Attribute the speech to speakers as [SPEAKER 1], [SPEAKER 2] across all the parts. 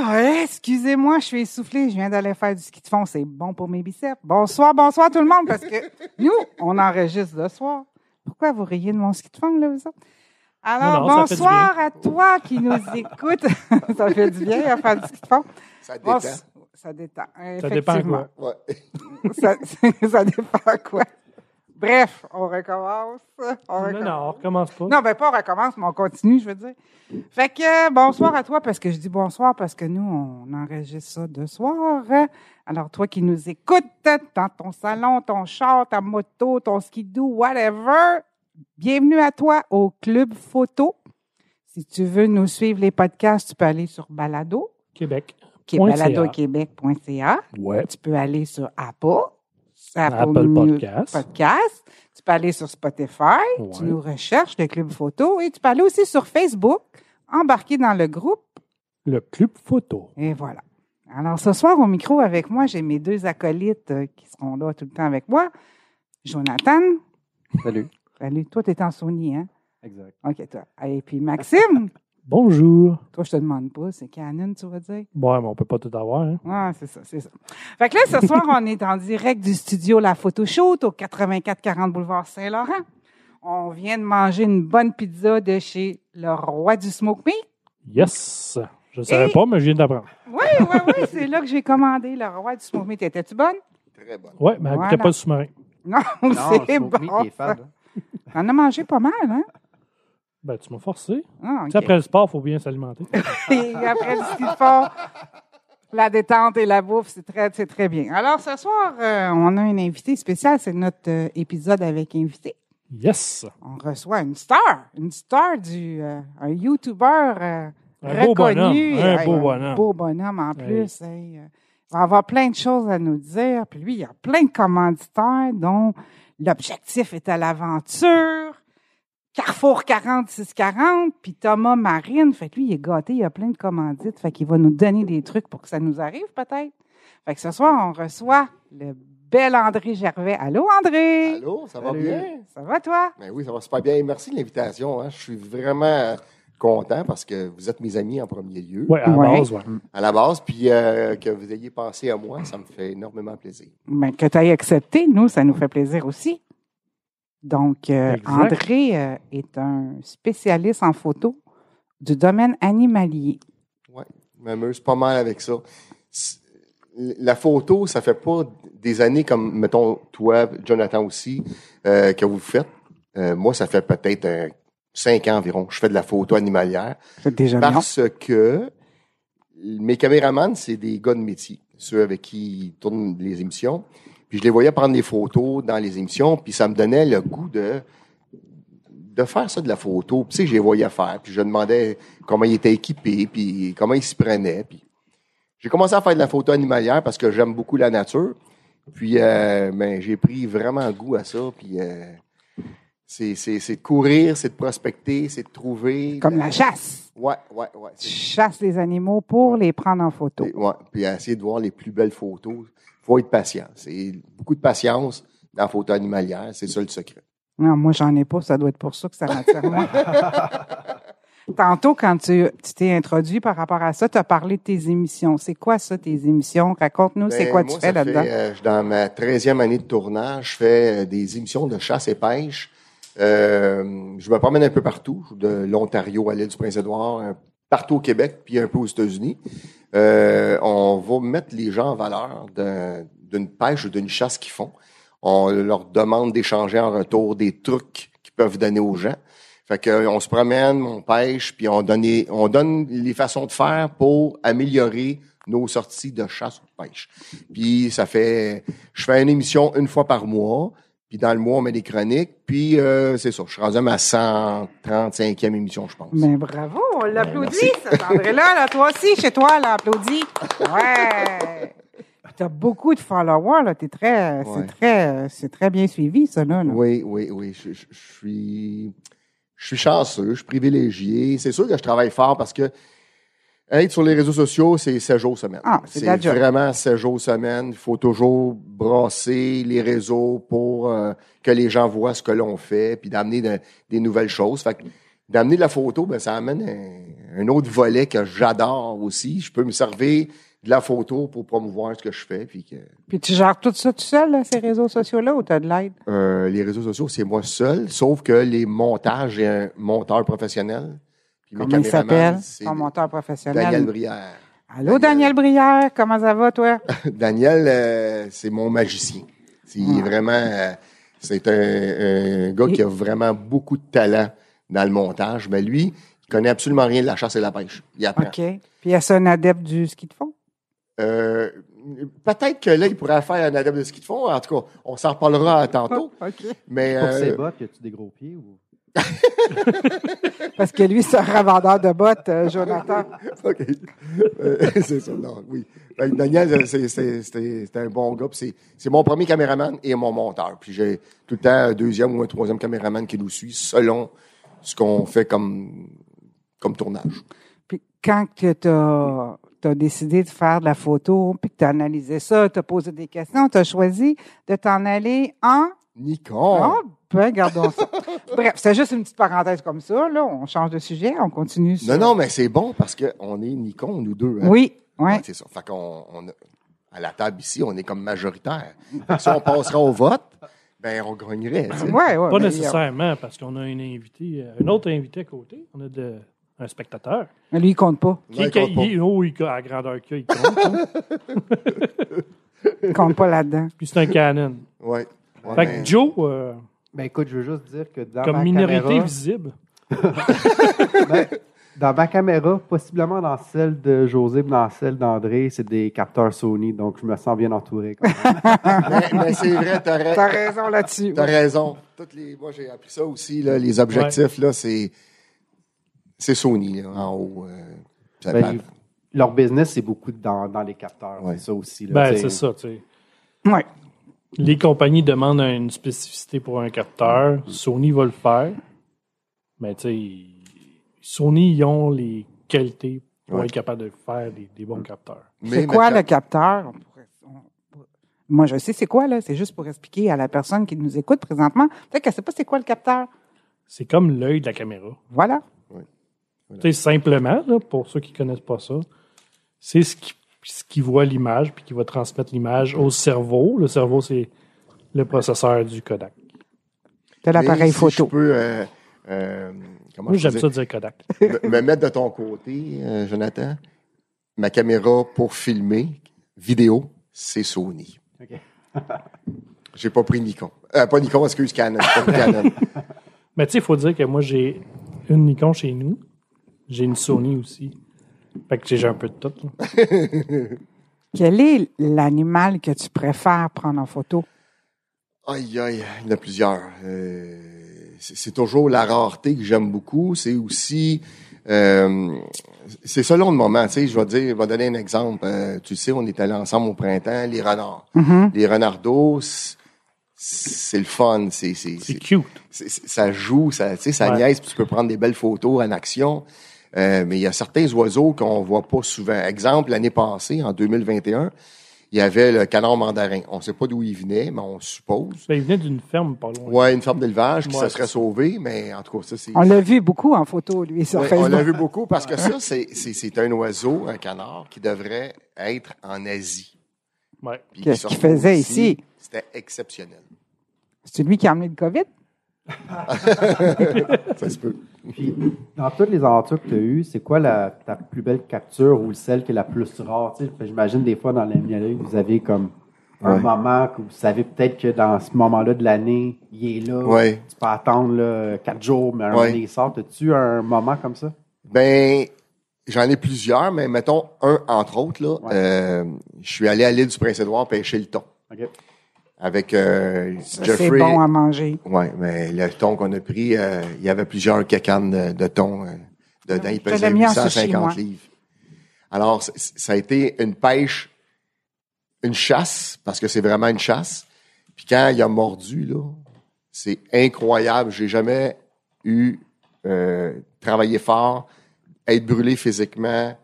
[SPEAKER 1] Ah ouais, excusez-moi, je suis essoufflée. Je viens d'aller faire du ski de fond. C'est bon pour mes biceps. Bonsoir, bonsoir tout le monde, parce que nous, on enregistre le soir. Pourquoi vous riez de mon ski de fond, là, vous autres? Alors,
[SPEAKER 2] Non, non, ça fait du
[SPEAKER 1] bonsoir à toi qui nous écoute. ça fait du bien à faire du ski de fond.
[SPEAKER 3] Ça dépend.
[SPEAKER 1] Bonsoir. Ça détend.
[SPEAKER 2] Ça dépend à
[SPEAKER 1] effectivement.
[SPEAKER 2] quoi.
[SPEAKER 3] Ouais.
[SPEAKER 1] ça, ça dépend à quoi. Bref, on recommence. On
[SPEAKER 2] Non,
[SPEAKER 1] recommence.
[SPEAKER 2] non, on recommence pas.
[SPEAKER 1] Non, ben pas on recommence, mais on continue, je veux dire. Fait que euh, bonsoir à toi, parce que je dis bonsoir parce que nous, on enregistre ça de soir. hein. Alors, toi qui nous écoutes hein, dans ton salon, ton char, ta moto, ton skidoo, whatever, bienvenue à toi au Club Photo. Si tu veux nous suivre les podcasts, tu peux aller sur balado,
[SPEAKER 2] Québec.
[SPEAKER 1] qui est
[SPEAKER 2] Point ca.
[SPEAKER 1] baladoquebec.ca.
[SPEAKER 2] Ouais.
[SPEAKER 1] Tu peux aller sur Apple,
[SPEAKER 2] Apple
[SPEAKER 1] Mu-
[SPEAKER 2] Podcast.
[SPEAKER 1] Podcast. Tu peux aller sur Spotify.
[SPEAKER 2] Ouais.
[SPEAKER 1] Tu nous recherches, le Club Photo. Et tu peux aller aussi sur Facebook, embarquer dans le groupe.
[SPEAKER 2] Le club photo.
[SPEAKER 1] Et voilà. Alors, ce soir, au micro avec moi, j'ai mes deux acolytes euh, qui seront là tout le temps avec moi. Jonathan.
[SPEAKER 4] Salut.
[SPEAKER 1] Salut. Toi, t'es en Sony, hein?
[SPEAKER 4] Exact.
[SPEAKER 1] OK, toi. Et puis Maxime.
[SPEAKER 2] Bonjour.
[SPEAKER 1] toi, je te demande pas, c'est Canon, tu vas dire?
[SPEAKER 2] Bon, mais on peut pas tout avoir. Hein?
[SPEAKER 1] Ouais, c'est ça, c'est ça. Fait que là, ce soir, on est en direct du studio La Photo Shoot au 8440 Boulevard Saint-Laurent. On vient de manger une bonne pizza de chez le roi du smoke meat.
[SPEAKER 2] Yes. Je savais
[SPEAKER 1] Et-
[SPEAKER 2] pas, mais je viens d'apprendre.
[SPEAKER 1] Oui, oui, oui, c'est là que j'ai commandé le roi du smoke meat. Étais-tu bonne?
[SPEAKER 3] Très bonne.
[SPEAKER 2] Ouais, mais
[SPEAKER 1] Voilà.
[SPEAKER 2] t'es pas le sous-marin.
[SPEAKER 1] Non, c'est bon.
[SPEAKER 4] Il est fade. là.
[SPEAKER 1] T'en as mangé pas mal, hein?
[SPEAKER 2] Ben, tu m'as forcé.
[SPEAKER 1] Ah,
[SPEAKER 2] Tu
[SPEAKER 1] OK.
[SPEAKER 2] sais, après le sport, il faut bien s'alimenter.
[SPEAKER 1] Et après le ski de fond, la détente et la bouffe, c'est très, c'est très bien. Alors, ce soir, euh, on a un invité spécial. C'est notre euh, épisode avec invité.
[SPEAKER 2] Yes.
[SPEAKER 1] on reçoit une star, une star du euh, un YouTuber euh,
[SPEAKER 2] Un beau
[SPEAKER 1] reconnu,
[SPEAKER 2] bonhomme, un
[SPEAKER 1] Hey,
[SPEAKER 2] beau bonhomme.
[SPEAKER 1] beau bonhomme en plus. hey, euh, il va avoir plein de choses à nous dire. Puis lui, il a plein de commanditaires dont l'objectif est à l'aventure. Carrefour 4640, puis Thomas Marine. Fait que lui, il est gâté, il a plein de commandites. Fait qu'il va nous donner des trucs pour que ça nous arrive, peut-être. Fait que ce soir, on reçoit le bel André Gervais. Allô, André?
[SPEAKER 3] Allô, ça va
[SPEAKER 4] Salut.
[SPEAKER 3] bien?
[SPEAKER 1] Ça va, toi?
[SPEAKER 3] Ben oui, ça va super bien. Et merci de l'invitation. hein. Je suis vraiment content parce que vous êtes mes amis en premier lieu,
[SPEAKER 2] Ouais, à la
[SPEAKER 1] Ouais.
[SPEAKER 2] base, ouais.
[SPEAKER 3] à la base, puis euh, que vous ayez pensé à moi, ça me fait énormément plaisir.
[SPEAKER 1] Ben, que tu aies accepté, nous, ça nous fait plaisir aussi. Donc, euh,
[SPEAKER 2] Exact.
[SPEAKER 1] André euh, est un spécialiste en photo du domaine animalier.
[SPEAKER 3] Je m'amuse pas mal avec ça. C'est- La photo, ça fait pas des années comme, mettons, toi, Jonathan aussi, euh, que vous faites. Euh, moi, ça fait peut-être euh, cinq ans environ. Je fais de la photo animalière.
[SPEAKER 1] C'est déjà bien.
[SPEAKER 3] Parce que mes caméramans, c'est des gars de métier, ceux avec qui ils tournent les émissions. Puis je les voyais prendre des photos dans les émissions, puis ça me donnait le goût de de faire ça de la photo. Puis tu sais, je les voyais faire, puis je demandais comment ils étaient équipés, puis comment ils s'y prenaient. Puis j'ai commencé à faire de la photo animalière parce que j'aime beaucoup la nature. Puis euh, ben, j'ai pris vraiment goût à ça. Puis euh, c'est c'est- c'est de courir, c'est de prospecter, c'est de trouver.
[SPEAKER 1] Comme la chasse.
[SPEAKER 3] Ouais, ouais, ouais.
[SPEAKER 1] Tu
[SPEAKER 3] c'est-
[SPEAKER 1] chasses les animaux pour les prendre en photo.
[SPEAKER 3] et- ouais, puis à essayer de voir les plus belles photos. faut être patient. C'est beaucoup de patience dans la photo animalière. C'est ça le secret.
[SPEAKER 1] Non, moi, j'en ai pas. Ça doit être pour ça que ça m'attire moins. Tantôt, quand tu tu t'es introduit par rapport à ça, tu as parlé de tes émissions. C'est quoi ça, tes émissions? Raconte-nous, c'est
[SPEAKER 3] Ben,
[SPEAKER 1] quoi
[SPEAKER 3] moi,
[SPEAKER 1] tu
[SPEAKER 3] ça
[SPEAKER 1] fais là-dedans?
[SPEAKER 3] fait, euh, je suis dans ma 13e année de tournage. Je fais euh, des émissions de chasse et pêche. Euh, je me promène un peu partout, de l'Ontario à l'île du Prince-Édouard, un- partout au Québec, puis un peu aux États-Unis. Euh, on va mettre les gens en valeur d'un- d'une pêche ou d'une chasse qu'ils font. On leur demande d'échanger en retour des trucs qu'ils peuvent donner aux gens. Fait que euh, on se promène, on pêche, puis on donne, les- on donne les façons de faire pour améliorer nos sorties de chasse ou de pêche. Puis ça fait, je fais une émission une fois par mois. Puis dans le mois, on met des chroniques. Puis euh, c'est ça, je suis rendu à ma 135e émission, je pense.
[SPEAKER 1] Mais bravo, on
[SPEAKER 3] Ben,
[SPEAKER 1] l'applaudit, cet André-là. Là, toi aussi, chez toi, là, applaudis. Ouais. Tu as beaucoup de followers, là. T'es très, C'est
[SPEAKER 3] Ouais.
[SPEAKER 1] très, euh, c'est très bien suivi, ça, là. là.
[SPEAKER 3] Oui, oui, oui. Je, je- je suis, je suis chanceux, je suis privilégié. C'est sûr que je travaille fort parce que être sur les réseaux sociaux, c'est 7 jours semaine.
[SPEAKER 1] Ah, c'est de la job.
[SPEAKER 3] vraiment 7 jours semaine. Il faut toujours brasser les réseaux pour euh, que les gens voient ce que l'on fait, puis d'amener de- des nouvelles choses. Fait que d'amener de la photo, ben, ça amène un, un autre volet que j'adore aussi. Je peux me servir de la photo pour promouvoir ce que je fais. Puis que,
[SPEAKER 1] Puis tu gères tout ça tout seul, là, ces réseaux sociaux-là, ou t'as de l'aide?
[SPEAKER 3] euh, les réseaux sociaux, c'est moi seul, sauf que les montages, j'ai un monteur professionnel. Puis mes
[SPEAKER 1] Comment il
[SPEAKER 3] caméramans,
[SPEAKER 1] s'appelle,
[SPEAKER 3] c'est
[SPEAKER 1] ton monteur professionnel?
[SPEAKER 3] Daniel Brière.
[SPEAKER 1] Allô, Daniel Brière, comment ça va, toi?
[SPEAKER 3] Daniel, euh, c'est mon magicien. C'est
[SPEAKER 1] Ouais.
[SPEAKER 3] vraiment, euh, c'est un, un gars qui a vraiment beaucoup de talent dans le montage. Mais lui, il connaît absolument rien de la chasse et de la pêche. Il apprend.
[SPEAKER 1] OK. Puis est-ce un adepte du ski de fond?
[SPEAKER 3] Euh, peut-être que là, il pourrait faire un adepte de ski de fond. En tout cas, on s'en reparlera tantôt.
[SPEAKER 1] OK.
[SPEAKER 3] Mais
[SPEAKER 4] Pour
[SPEAKER 3] euh,
[SPEAKER 4] ses bottes, y a-tu des gros pieds ou?
[SPEAKER 1] Parce que lui, c'est un revendeur de bottes, euh, Jonathan.
[SPEAKER 3] OK. Euh, c'est ça, non, oui. Fait que Daniel, euh, c'est- c'est c'est- c'est un bon gars. puis C'est c'est mon premier caméraman et mon monteur. Puis j'ai tout le temps un deuxième ou un troisième caméraman qui nous suit selon ce qu'on fait comme, comme tournage.
[SPEAKER 1] Puis quand que t'as as décidé de faire de la photo, puis que t'as analysé ça, t'as posé des questions, t'as choisi de t'en aller en...
[SPEAKER 3] Nikon!
[SPEAKER 1] Ah, ben, gardons ça. Bref, c'est juste une petite parenthèse comme ça, là. On change de sujet, on continue. sur-
[SPEAKER 3] Non, non, mais c'est bon parce qu'on est Nikon, nous deux. hein.
[SPEAKER 1] Oui, oui.
[SPEAKER 3] Ouais, c'est ça. Fait qu'on, on a- à la table ici, on est comme majoritaire. Fait que si on passera au vote, ben on gagnerait. tu sais.
[SPEAKER 1] Ouais, ouais.
[SPEAKER 2] Pas
[SPEAKER 1] mais,
[SPEAKER 2] nécessairement, parce qu'on a un invité, euh, un autre invité à côté. On a de, un spectateur.
[SPEAKER 1] euh, lui, il compte pas.
[SPEAKER 3] Non, il compte pas.
[SPEAKER 2] il- oh, il- à la grandeur qu'il a, il compte. hein.
[SPEAKER 1] Il compte pas là-dedans.
[SPEAKER 2] Puis c'est un canon.
[SPEAKER 3] Ouais. Ouais,
[SPEAKER 2] Fait
[SPEAKER 3] ben,
[SPEAKER 2] que Joe, euh,
[SPEAKER 4] Ben écoute, je veux juste dire que dans
[SPEAKER 2] comme
[SPEAKER 4] ma
[SPEAKER 2] minorité
[SPEAKER 4] caméra,
[SPEAKER 2] visible,
[SPEAKER 4] ben, dans ma caméra, possiblement dans celle de José, mais dans celle d'André, c'est des capteurs Sony, donc je me sens bien entouré. quand même.
[SPEAKER 3] mais, mais c'est vrai, t'as ra-
[SPEAKER 1] T'as raison là-dessus.
[SPEAKER 3] T'as raison. Toutes les, moi, j'ai appris ça aussi. Là, les objectifs, là, c'est, c'est Sony, là, en haut. euh, ça
[SPEAKER 4] Ben,
[SPEAKER 3] parle.
[SPEAKER 4] ils- leur business, c'est beaucoup dans, dans les capteurs,
[SPEAKER 3] Ouais.
[SPEAKER 4] c'est ça aussi. là,
[SPEAKER 2] ben,
[SPEAKER 4] tu sais.
[SPEAKER 2] c'est ça. tu sais.
[SPEAKER 1] Ouais.
[SPEAKER 2] Les compagnies demandent une spécificité pour un capteur. Sony va le faire. Mais tu sais, ils- Sony, ils ont les qualités pour
[SPEAKER 3] Ouais.
[SPEAKER 2] être capable de faire des, des bons capteurs.
[SPEAKER 3] Mais-
[SPEAKER 1] C'est quoi
[SPEAKER 3] mais-
[SPEAKER 1] le capteur? On pourrait- on- Moi, je sais c'est quoi, là. C'est juste pour expliquer à la personne qui nous écoute présentement. Peut-être qu'elle sait pas c'est quoi le capteur.
[SPEAKER 2] C'est comme l'œil de la caméra.
[SPEAKER 1] Voilà.
[SPEAKER 2] Tu sais, simplement, là, pour ceux qui ne connaissent pas ça, c'est ce qui, ce qui voit l'image puis qui va transmettre l'image au cerveau. Le cerveau, c'est le processeur du Kodak.
[SPEAKER 1] T'as l'appareil
[SPEAKER 3] mais si
[SPEAKER 1] photo.
[SPEAKER 3] Je peux, euh, euh, comment
[SPEAKER 2] Moi,
[SPEAKER 3] je peux
[SPEAKER 2] j'aime ça
[SPEAKER 3] dire,
[SPEAKER 2] dire Kodak.
[SPEAKER 3] me, me mettre de ton côté, euh, Jonathan. Ma caméra pour filmer, vidéo, c'est Sony.
[SPEAKER 4] Ok.
[SPEAKER 3] J'ai pas pris Nikon. Euh, pas Nikon, excuse, Canon. J'ai pas pris Canon.
[SPEAKER 2] Mais tu sais, il faut dire que moi, j'ai une Nikon chez nous. J'ai une Sony aussi. Fait que j'ai un peu de tout.
[SPEAKER 3] Ah,
[SPEAKER 2] là.
[SPEAKER 1] Quel est l'animal que tu préfères prendre en photo?
[SPEAKER 3] Aïe, aïe, il y en a plusieurs. Euh, c'est c'est toujours la rareté que j'aime beaucoup. C'est aussi... euh, c'est selon le moment, tu sais, je vais dire, je vais donner un exemple. Euh, tu sais, on est allé ensemble au printemps, les renards. Les renardos, c'est- c'est le fun, c'est, c'est,
[SPEAKER 2] C'est
[SPEAKER 3] c'est-
[SPEAKER 2] cute.
[SPEAKER 3] c'est- c'est- ça joue, ça, tu sais, ça
[SPEAKER 2] Ouais.
[SPEAKER 3] niaise, puis tu peux prendre des belles photos en action. Euh, mais il y a certains oiseaux qu'on voit pas souvent. Exemple, l'année passée, en 2021, il y avait le canard mandarin. On sait pas d'où il venait, mais on suppose.
[SPEAKER 2] Ben, il venait d'une ferme pas loin.
[SPEAKER 3] Ouais, une forme d'élevage qui
[SPEAKER 2] Ouais,
[SPEAKER 3] se serait sauvée, mais en tout cas, ça, c'est.
[SPEAKER 1] On l'a vu beaucoup en photo, lui, sur
[SPEAKER 3] Ouais, on
[SPEAKER 1] Facebook.
[SPEAKER 3] l'a vu beaucoup parce que ça, c'est- c'est c'est un oiseau, un canard, qui devrait être en Asie.
[SPEAKER 2] Ouais.
[SPEAKER 3] Puis
[SPEAKER 1] Qu'est-ce
[SPEAKER 3] se
[SPEAKER 1] qu'il faisait
[SPEAKER 3] retrouve
[SPEAKER 1] ici?
[SPEAKER 3] C'était exceptionnel.
[SPEAKER 1] C'est lui qui a amené le COVID?
[SPEAKER 3] Ça se peut.
[SPEAKER 4] Puis, dans toutes les aventures que tu as eues, c'est quoi la, ta plus belle capture ou celle qui est la plus rare? Tu sais, fait, J'imagine des fois dans l'année, vous avez comme un
[SPEAKER 3] Ouais.
[SPEAKER 4] moment que vous savez peut-être que dans ce moment-là de l'année, il est là.
[SPEAKER 3] Ouais.
[SPEAKER 4] Tu peux attendre là, quatre jours, mais un moment
[SPEAKER 3] Ouais.
[SPEAKER 4] donné, il sort. As-tu un moment comme ça?
[SPEAKER 3] Ben, j'en ai plusieurs, mais mettons un entre autres. Là,
[SPEAKER 4] Ouais.
[SPEAKER 3] Euh, je suis allé à l'île du Prince-Édouard pêcher le thon
[SPEAKER 4] OK.
[SPEAKER 3] avec euh,
[SPEAKER 1] Ça, C'est
[SPEAKER 3] Jeffrey.
[SPEAKER 1] bon hein, à manger.
[SPEAKER 3] Ouais, mais le thon qu'on a pris, euh, il y avait plusieurs cacanes de, de thon euh, dedans. Il
[SPEAKER 1] Je
[SPEAKER 3] pesait
[SPEAKER 1] l'ai mis en sushi,
[SPEAKER 3] 850
[SPEAKER 1] moi.
[SPEAKER 3] livres. Alors, c- c- ça a été une pêche, une chasse, parce que c'est vraiment une chasse. Puis quand il a mordu, là, c'est incroyable. J'ai jamais eu euh, travaillé fort, être brûlé physiquement.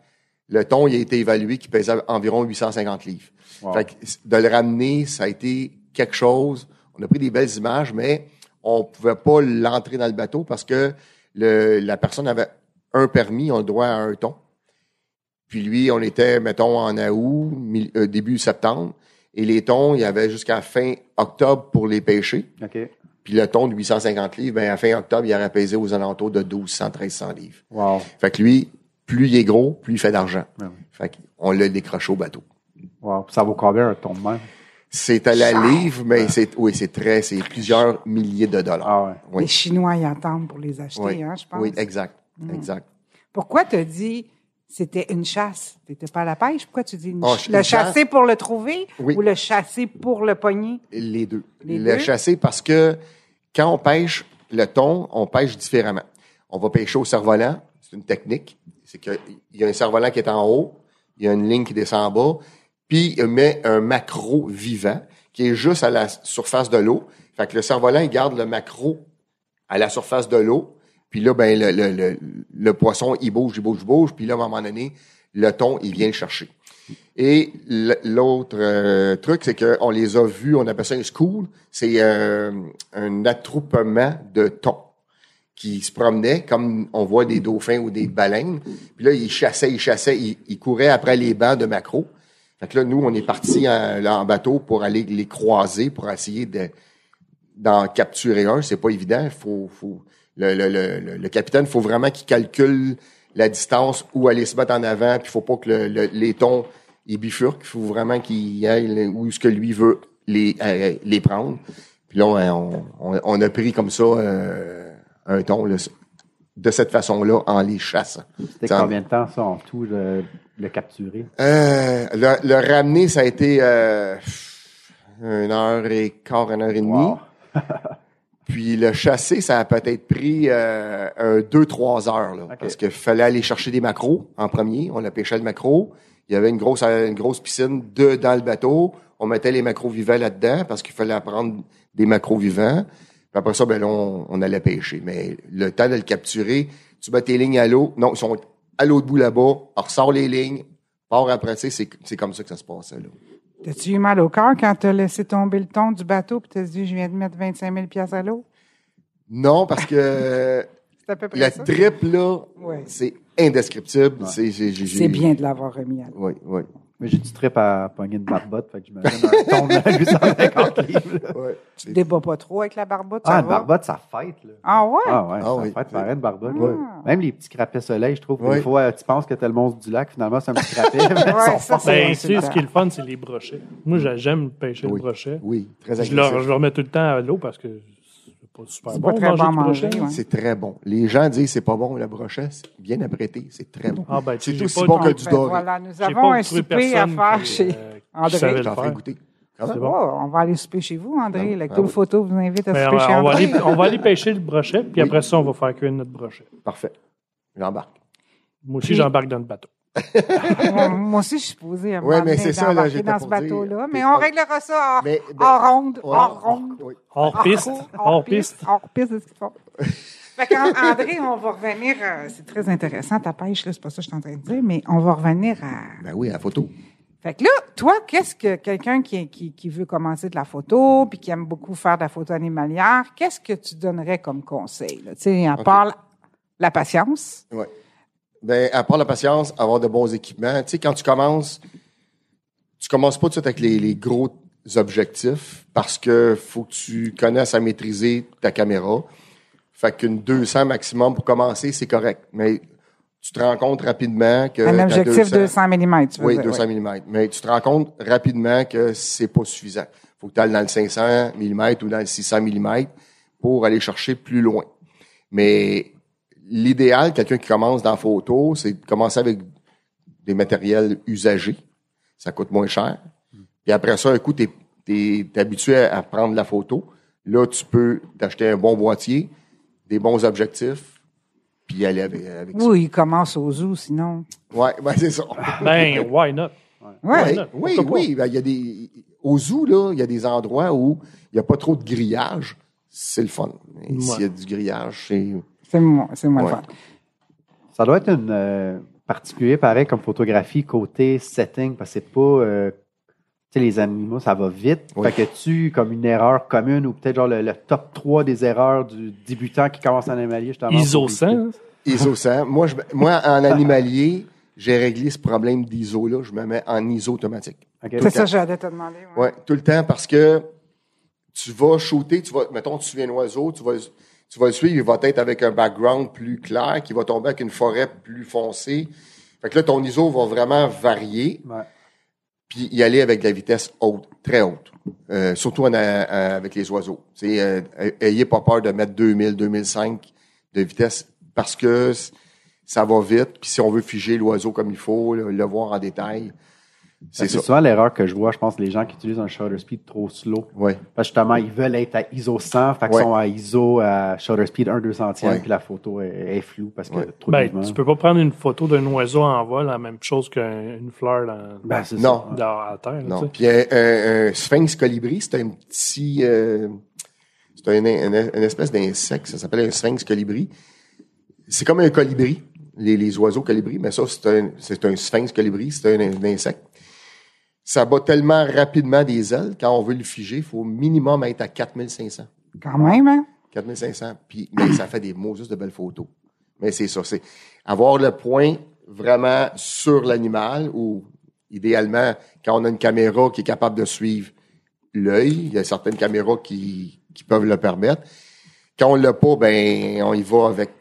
[SPEAKER 3] Le thon, il a été évalué qui pesait environ 850 livres.
[SPEAKER 4] Wow.
[SPEAKER 3] Fait que de le ramener, ça a été quelque chose. On a pris des belles images, mais on pouvait pas l'entrer dans le bateau parce que le- la personne avait un permis, on le doit à un ton. Puis lui, on était, mettons, en août, mi- euh, début septembre. Et les tons, il y avait jusqu'à fin octobre pour les pêcher.
[SPEAKER 4] OK.
[SPEAKER 3] Puis le ton de 850 livres, ben, à fin octobre, il aurait pesé aux alentours de 1200, 1300 livres.
[SPEAKER 4] Wow.
[SPEAKER 3] Fait que lui, plus il est gros, plus il fait d'argent.
[SPEAKER 4] Ah oui.
[SPEAKER 3] Fait qu'on l'a décroché au bateau.
[SPEAKER 4] wow. Ça vaut combien un ton de mer?
[SPEAKER 3] C'est à la livre, mais c'est oui, c'est très, c'est plusieurs milliers de dollars.
[SPEAKER 4] Ah ouais.
[SPEAKER 3] Oui.
[SPEAKER 1] Les Chinois y attendent pour les acheter,
[SPEAKER 3] oui,
[SPEAKER 1] hein, je pense. Mm.
[SPEAKER 3] oui, exact, exact.
[SPEAKER 1] Pourquoi tu dit c'était une chasse? T'étais pas à la pêche? Pourquoi tu dis une
[SPEAKER 3] Oh,
[SPEAKER 1] ch-
[SPEAKER 3] une
[SPEAKER 1] le
[SPEAKER 3] chasse.
[SPEAKER 1] chasser pour le trouver
[SPEAKER 3] Oui.
[SPEAKER 1] ou le chasser pour le pogner?
[SPEAKER 3] Les deux.
[SPEAKER 1] Les
[SPEAKER 3] le
[SPEAKER 1] deux?
[SPEAKER 3] chasser parce que quand on pêche le thon, on pêche différemment. On va pêcher au cerf-volant. C'est une technique. C'est qu'il y a un cerf-volant qui est en haut, il y a une ligne qui descend en bas, puis il met un macro vivant qui est juste à la surface de l'eau. Fait que le cerf-volant, il garde le macro à la surface de l'eau. Puis là, ben, le, le- le- le poisson, il bouge, il bouge, il bouge. Puis là, à un moment donné, le thon, il vient le chercher. Et l- l'autre euh, truc, c'est qu'on les a vus, on appelle ça un school, c'est euh, un attroupement de thons qui se promenaient, comme on voit des dauphins ou des baleines. Puis là, ils chassaient, ils chassaient, ils, ils couraient après les bancs de macro. Fait que là, nous, on est partis en, là, en bateau pour aller les croiser, pour essayer de, d'en capturer un, c'est pas évident. Faut, faut, le, le, le, le- le capitaine, faut vraiment qu'il calcule la distance où aller se mettre en avant, puis faut pas que le, le- les tons ils bifurquent, faut vraiment qu'il aille le- où ce que lui veut les euh, les prendre. Puis là, on, on, on a pris comme ça euh, un ton là, de cette façon-là en les chassant.
[SPEAKER 4] C'était
[SPEAKER 3] Ça-
[SPEAKER 4] combien de temps, ça, en tout, le, le capturer?
[SPEAKER 3] Euh, le, le ramener, ça a été euh, une heure et quart, une heure et demie.
[SPEAKER 4] Wow.
[SPEAKER 3] Puis le chasser, ça a peut-être pris euh, un deux, trois heures. Là, Parce qu'il fallait aller chercher des macros en premier. On a pêché le macro. Il y avait une grosse, euh, une grosse piscine de, dans le bateau. On mettait les macros vivants là-dedans parce qu'il fallait prendre des macros vivants. Puis après ça, ben là, on, on allait pêcher. Mais le temps de le capturer, tu mets tes lignes à l'eau. Non, ils sont à l'autre bout là-bas. On ressort les lignes. Part après, tu sais, c'est c'est comme ça que ça se passait. Là.
[SPEAKER 1] T'as-tu eu mal au cœur quand t'as laissé tomber le ton du bateau puis t'as dit, je viens de mettre 25 000 piastres à l'eau?
[SPEAKER 3] Non, parce que...
[SPEAKER 1] C'est à peu près
[SPEAKER 3] La
[SPEAKER 1] ça?
[SPEAKER 3] trip, là,
[SPEAKER 1] Ouais.
[SPEAKER 3] c'est indescriptible. C'est j'ai- j'ai- j'ai-
[SPEAKER 1] C'est bien de l'avoir remis à l'eau.
[SPEAKER 3] Oui, oui.
[SPEAKER 4] Mais j'ai du trip à pogner de barbotte, fait que j'imagine un ton de 850 livres. là.
[SPEAKER 3] Ouais.
[SPEAKER 1] Tu te débats pas trop avec la barbotte, ça
[SPEAKER 4] Ah, une
[SPEAKER 1] va?
[SPEAKER 4] barbotte, ça fête, là.
[SPEAKER 1] Ah ouais?
[SPEAKER 4] Ah ouais,
[SPEAKER 3] Ah
[SPEAKER 4] ça
[SPEAKER 3] oui.
[SPEAKER 4] fête, pareil, une barbotte.
[SPEAKER 1] Ouais.
[SPEAKER 4] Même les petits crapets soleil, je trouve,
[SPEAKER 3] Ouais.
[SPEAKER 4] des fois, tu penses que t'es le monstre du lac, finalement, c'est un petit crapet. mais ils
[SPEAKER 1] Ouais, ça,
[SPEAKER 4] sont forts.
[SPEAKER 1] c'est-
[SPEAKER 2] Ben, tu sais,
[SPEAKER 1] c'est
[SPEAKER 2] ce qui est le fun, c'est les brochets. Moi, j'a- j'aime pêcher
[SPEAKER 3] Oui.
[SPEAKER 2] le brochet.
[SPEAKER 3] Oui, très
[SPEAKER 2] Je le,
[SPEAKER 3] agressif.
[SPEAKER 2] je le remets tout le temps à l'eau parce que c'est pas super
[SPEAKER 1] C'est
[SPEAKER 2] bon
[SPEAKER 1] pas très
[SPEAKER 2] manger
[SPEAKER 1] bon à
[SPEAKER 2] du
[SPEAKER 1] manger,
[SPEAKER 2] brochet.
[SPEAKER 1] ouais.
[SPEAKER 3] C'est très bon. Les gens disent c'est pas bon le brochet, c'est bien apprêté, c'est très bon.
[SPEAKER 2] Ah ben, tu sais,
[SPEAKER 3] C'est
[SPEAKER 2] j'ai
[SPEAKER 3] aussi
[SPEAKER 2] pas-
[SPEAKER 3] bon
[SPEAKER 1] Ah,
[SPEAKER 3] que du
[SPEAKER 1] ben,
[SPEAKER 3] doré.
[SPEAKER 1] Voilà, nous
[SPEAKER 2] J'ai
[SPEAKER 1] avons
[SPEAKER 2] pas
[SPEAKER 1] un
[SPEAKER 2] trouvé
[SPEAKER 1] souper à
[SPEAKER 2] personne
[SPEAKER 1] faire
[SPEAKER 2] qui,
[SPEAKER 1] chez
[SPEAKER 2] euh, qui
[SPEAKER 1] André.
[SPEAKER 2] savait le
[SPEAKER 3] J'en ferai
[SPEAKER 2] faire.
[SPEAKER 3] goûter.
[SPEAKER 2] C'est
[SPEAKER 1] Oh,
[SPEAKER 2] bon.
[SPEAKER 1] on va aller souper chez vous, André.
[SPEAKER 3] Ah,
[SPEAKER 1] Avec
[SPEAKER 3] ah
[SPEAKER 1] double
[SPEAKER 3] oui.
[SPEAKER 1] photo vous invite à
[SPEAKER 2] Ben,
[SPEAKER 1] souper chez
[SPEAKER 2] on, va
[SPEAKER 1] André.
[SPEAKER 2] aller, on va aller pêcher le brochet, puis après ça, on va faire cuire notre brochet.
[SPEAKER 3] Parfait. J'embarque.
[SPEAKER 2] Moi aussi,
[SPEAKER 1] Puis-
[SPEAKER 2] j'embarque dans le bateau.
[SPEAKER 1] Moi- Moi aussi, je suis posée à
[SPEAKER 3] Ouais, mais c'est ça, là,
[SPEAKER 1] d'embarquer
[SPEAKER 3] j'étais
[SPEAKER 1] dans ce
[SPEAKER 3] pour dire,
[SPEAKER 1] bateau-là.
[SPEAKER 2] euh,
[SPEAKER 3] t'es
[SPEAKER 1] Mais
[SPEAKER 3] pas-
[SPEAKER 1] on réglera ça hors,
[SPEAKER 3] Mais- mais-
[SPEAKER 2] ben,
[SPEAKER 1] hors Ah, ronde,
[SPEAKER 3] Ouais, Ah,
[SPEAKER 1] hors ronde.
[SPEAKER 3] oui.
[SPEAKER 2] Hors piste,
[SPEAKER 1] cours,
[SPEAKER 2] hors piste.
[SPEAKER 1] Ah, Hors piste, c'est ce qu'ils font. Fait qu'en- André, on va revenir. euh, c'est très intéressant ta pêche, là, c'est pas ça que je suis en train de dire, mais on va revenir à.
[SPEAKER 3] Ben oui, à la photo.
[SPEAKER 1] Fait que là, toi, qu'est-ce que quelqu'un qui, qui, qui veut commencer de la photo puis qui aime beaucoup faire de la photo animalière, qu'est-ce que tu donnerais comme conseil? là? Tu sais, à
[SPEAKER 3] Ok.
[SPEAKER 1] part la, la patience.
[SPEAKER 3] Ouais. Ben, à part la patience, avoir de bons équipements. Tu sais, quand tu commences, tu commences pas tout de suite avec les, les gros objectifs parce que faut que tu connaisses à maîtriser ta caméra. Fait qu'une 200 maximum pour commencer, c'est correct. Mais tu te rends compte rapidement que.
[SPEAKER 1] Un
[SPEAKER 3] ta
[SPEAKER 1] objectif 200 mm, tu veux
[SPEAKER 3] oui,
[SPEAKER 1] dire,
[SPEAKER 3] 200 mm. Mais tu te rends compte rapidement que c'est pas suffisant. faut que tu ailles dans le 500 mm ou dans le 600 mm pour aller chercher plus loin. Mais l'idéal, quelqu'un qui commence dans la photo, c'est de commencer avec des matériels usagés. Ça coûte moins cher. Puis après ça, un coup, tu es, habitué à, à prendre la photo. Là, tu peux t'acheter un bon boîtier, des bons objectifs, puis aller avec, avec
[SPEAKER 1] Oui, il commence au zoo, sinon.
[SPEAKER 3] ça. Ouais, ben, c'est ça.
[SPEAKER 2] Ben, why not?
[SPEAKER 1] Ouais.
[SPEAKER 3] Ouais,
[SPEAKER 2] là,
[SPEAKER 3] oui,
[SPEAKER 2] pourquoi
[SPEAKER 3] oui. ben, il y a des, au zoo, là, il y a des endroits où il n'y a pas trop de grillage. C'est le fun. Mais
[SPEAKER 2] Ouais.
[SPEAKER 3] S'il y a du grillage, c'est.
[SPEAKER 1] C'est moi, c'est moi
[SPEAKER 3] Ouais.
[SPEAKER 1] le fun.
[SPEAKER 4] Ça doit être une euh, particulier, pareil, comme photographie, côté setting, parce que c'est pas. euh, tu sais, les animaux, ça va vite. Fait que tu, comme une erreur commune, ou peut-être genre le, le top 3 des erreurs du débutant qui commence en animalier, justement.
[SPEAKER 2] ISO 100.
[SPEAKER 3] ISO 100. Moi, je, moi, en animalier, j'ai réglé ce problème d'ISO-là. Je me mets en ISO automatique.
[SPEAKER 4] Ok.
[SPEAKER 1] C'est ça, j'allais te demander. ouais.
[SPEAKER 3] Oui, tout le temps, parce que tu vas shooter, tu vas, mettons, tu suis un oiseau, tu vas, tu vas le suivre, il va être avec un background plus clair, qui va tomber avec une forêt plus foncée. Fait que là, ton ISO va vraiment varier,
[SPEAKER 4] Ouais.
[SPEAKER 3] puis y aller avec de la vitesse haute, très haute, Euh, surtout en a- euh, avec les oiseaux. Tu sais, euh, ayez pas peur de mettre 2000, 2005 de vitesse, parce que c- ça va vite, puis si on veut figer l'oiseau comme il faut, le, le voir en détail, c'est
[SPEAKER 4] Fait que
[SPEAKER 3] ça.
[SPEAKER 4] C'est souvent l'erreur que je vois, je pense, les gens qui utilisent un shutter speed trop slow.
[SPEAKER 3] Ouais.
[SPEAKER 4] Parce que justement, ils veulent être à ISO 100, fait qu'ils
[SPEAKER 3] Ouais.
[SPEAKER 4] sont à ISO à shutter speed 1 200e,
[SPEAKER 3] Ouais.
[SPEAKER 4] puis la photo est, est floue parce que
[SPEAKER 3] Ouais.
[SPEAKER 4] trop de
[SPEAKER 2] Ben,
[SPEAKER 4] mouvement.
[SPEAKER 2] tu peux pas prendre une photo d'un oiseau en vol, la même chose qu'une fleur dans,
[SPEAKER 4] Ben, c'est
[SPEAKER 3] Non.
[SPEAKER 4] ça.
[SPEAKER 2] dans- à terre. là, tu
[SPEAKER 3] Non.
[SPEAKER 2] sais.
[SPEAKER 3] Puis un, un- un sphinx colibri, c'est un petit. euh, c'est un, un- une espèce d'insecte, ça s'appelle un sphinx colibri. C'est comme un colibri, les, les oiseaux colibris, mais ça, c'est un, c'est un sphinx colibri, c'est un, un insecte. Ça bat tellement rapidement des ailes, quand on veut le figer, il faut au minimum être à 4500.
[SPEAKER 1] Quand même, hein?
[SPEAKER 3] 4500. Puis, mais ça fait des mots juste de belles photos. Mais c'est ça, c'est avoir le point vraiment sur l'animal ou idéalement, quand on a une caméra qui est capable de suivre l'œil, il y a certaines caméras qui, qui peuvent le permettre. Quand on l'a pas, ben, on y va avec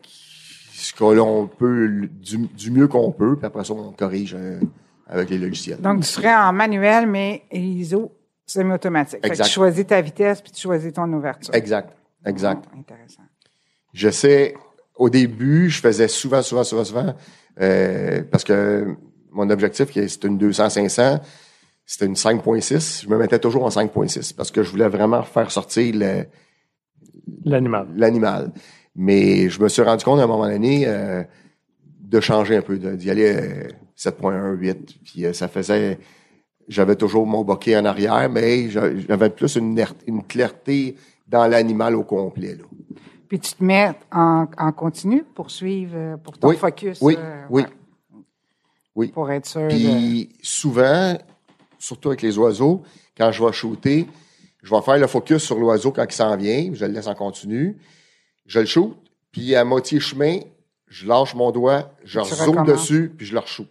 [SPEAKER 3] ce que l'on peut, le- du, du mieux qu'on peut, puis après ça, on corrige euh, avec les logiciels.
[SPEAKER 1] Donc, tu serais en manuel, mais ISO semi-automatique. Fait que
[SPEAKER 3] Exact.
[SPEAKER 1] tu choisis ta vitesse, puis tu choisis ton ouverture.
[SPEAKER 3] Exact, exact.
[SPEAKER 1] Ah, Intéressant.
[SPEAKER 3] Je sais, au début, je faisais souvent, souvent, souvent, souvent, euh, parce que mon objectif, qui est- c'était une 200-500, c'était une 5.6. Je me mettais toujours en 5.6 parce que je voulais vraiment faire sortir le-
[SPEAKER 2] L'animal.
[SPEAKER 3] l'animal. Mais je me suis rendu compte à un moment donné euh, de changer un peu, de- d'y aller euh, 7.18. Puis euh, ça faisait... J'avais toujours mon bokeh en arrière, mais j'a- j'avais plus une, ner- une clarté dans l'animal au complet. Là.
[SPEAKER 1] Puis tu te mets en, en continu pour suivre, euh, pour ton
[SPEAKER 3] Oui,
[SPEAKER 1] focus.
[SPEAKER 3] oui,
[SPEAKER 1] euh,
[SPEAKER 3] oui.
[SPEAKER 1] ouais,
[SPEAKER 3] Oui.
[SPEAKER 1] Pour être sûr de...
[SPEAKER 3] Puis souvent, surtout avec les oiseaux, quand je vais shooter, je vais faire le focus sur l'oiseau quand il s'en vient, je le laisse en continu, je le shoot, puis à moitié chemin, je lâche mon doigt, je
[SPEAKER 1] Tu
[SPEAKER 3] zoome
[SPEAKER 1] recommences.
[SPEAKER 3] dessus, puis je le re-shoot.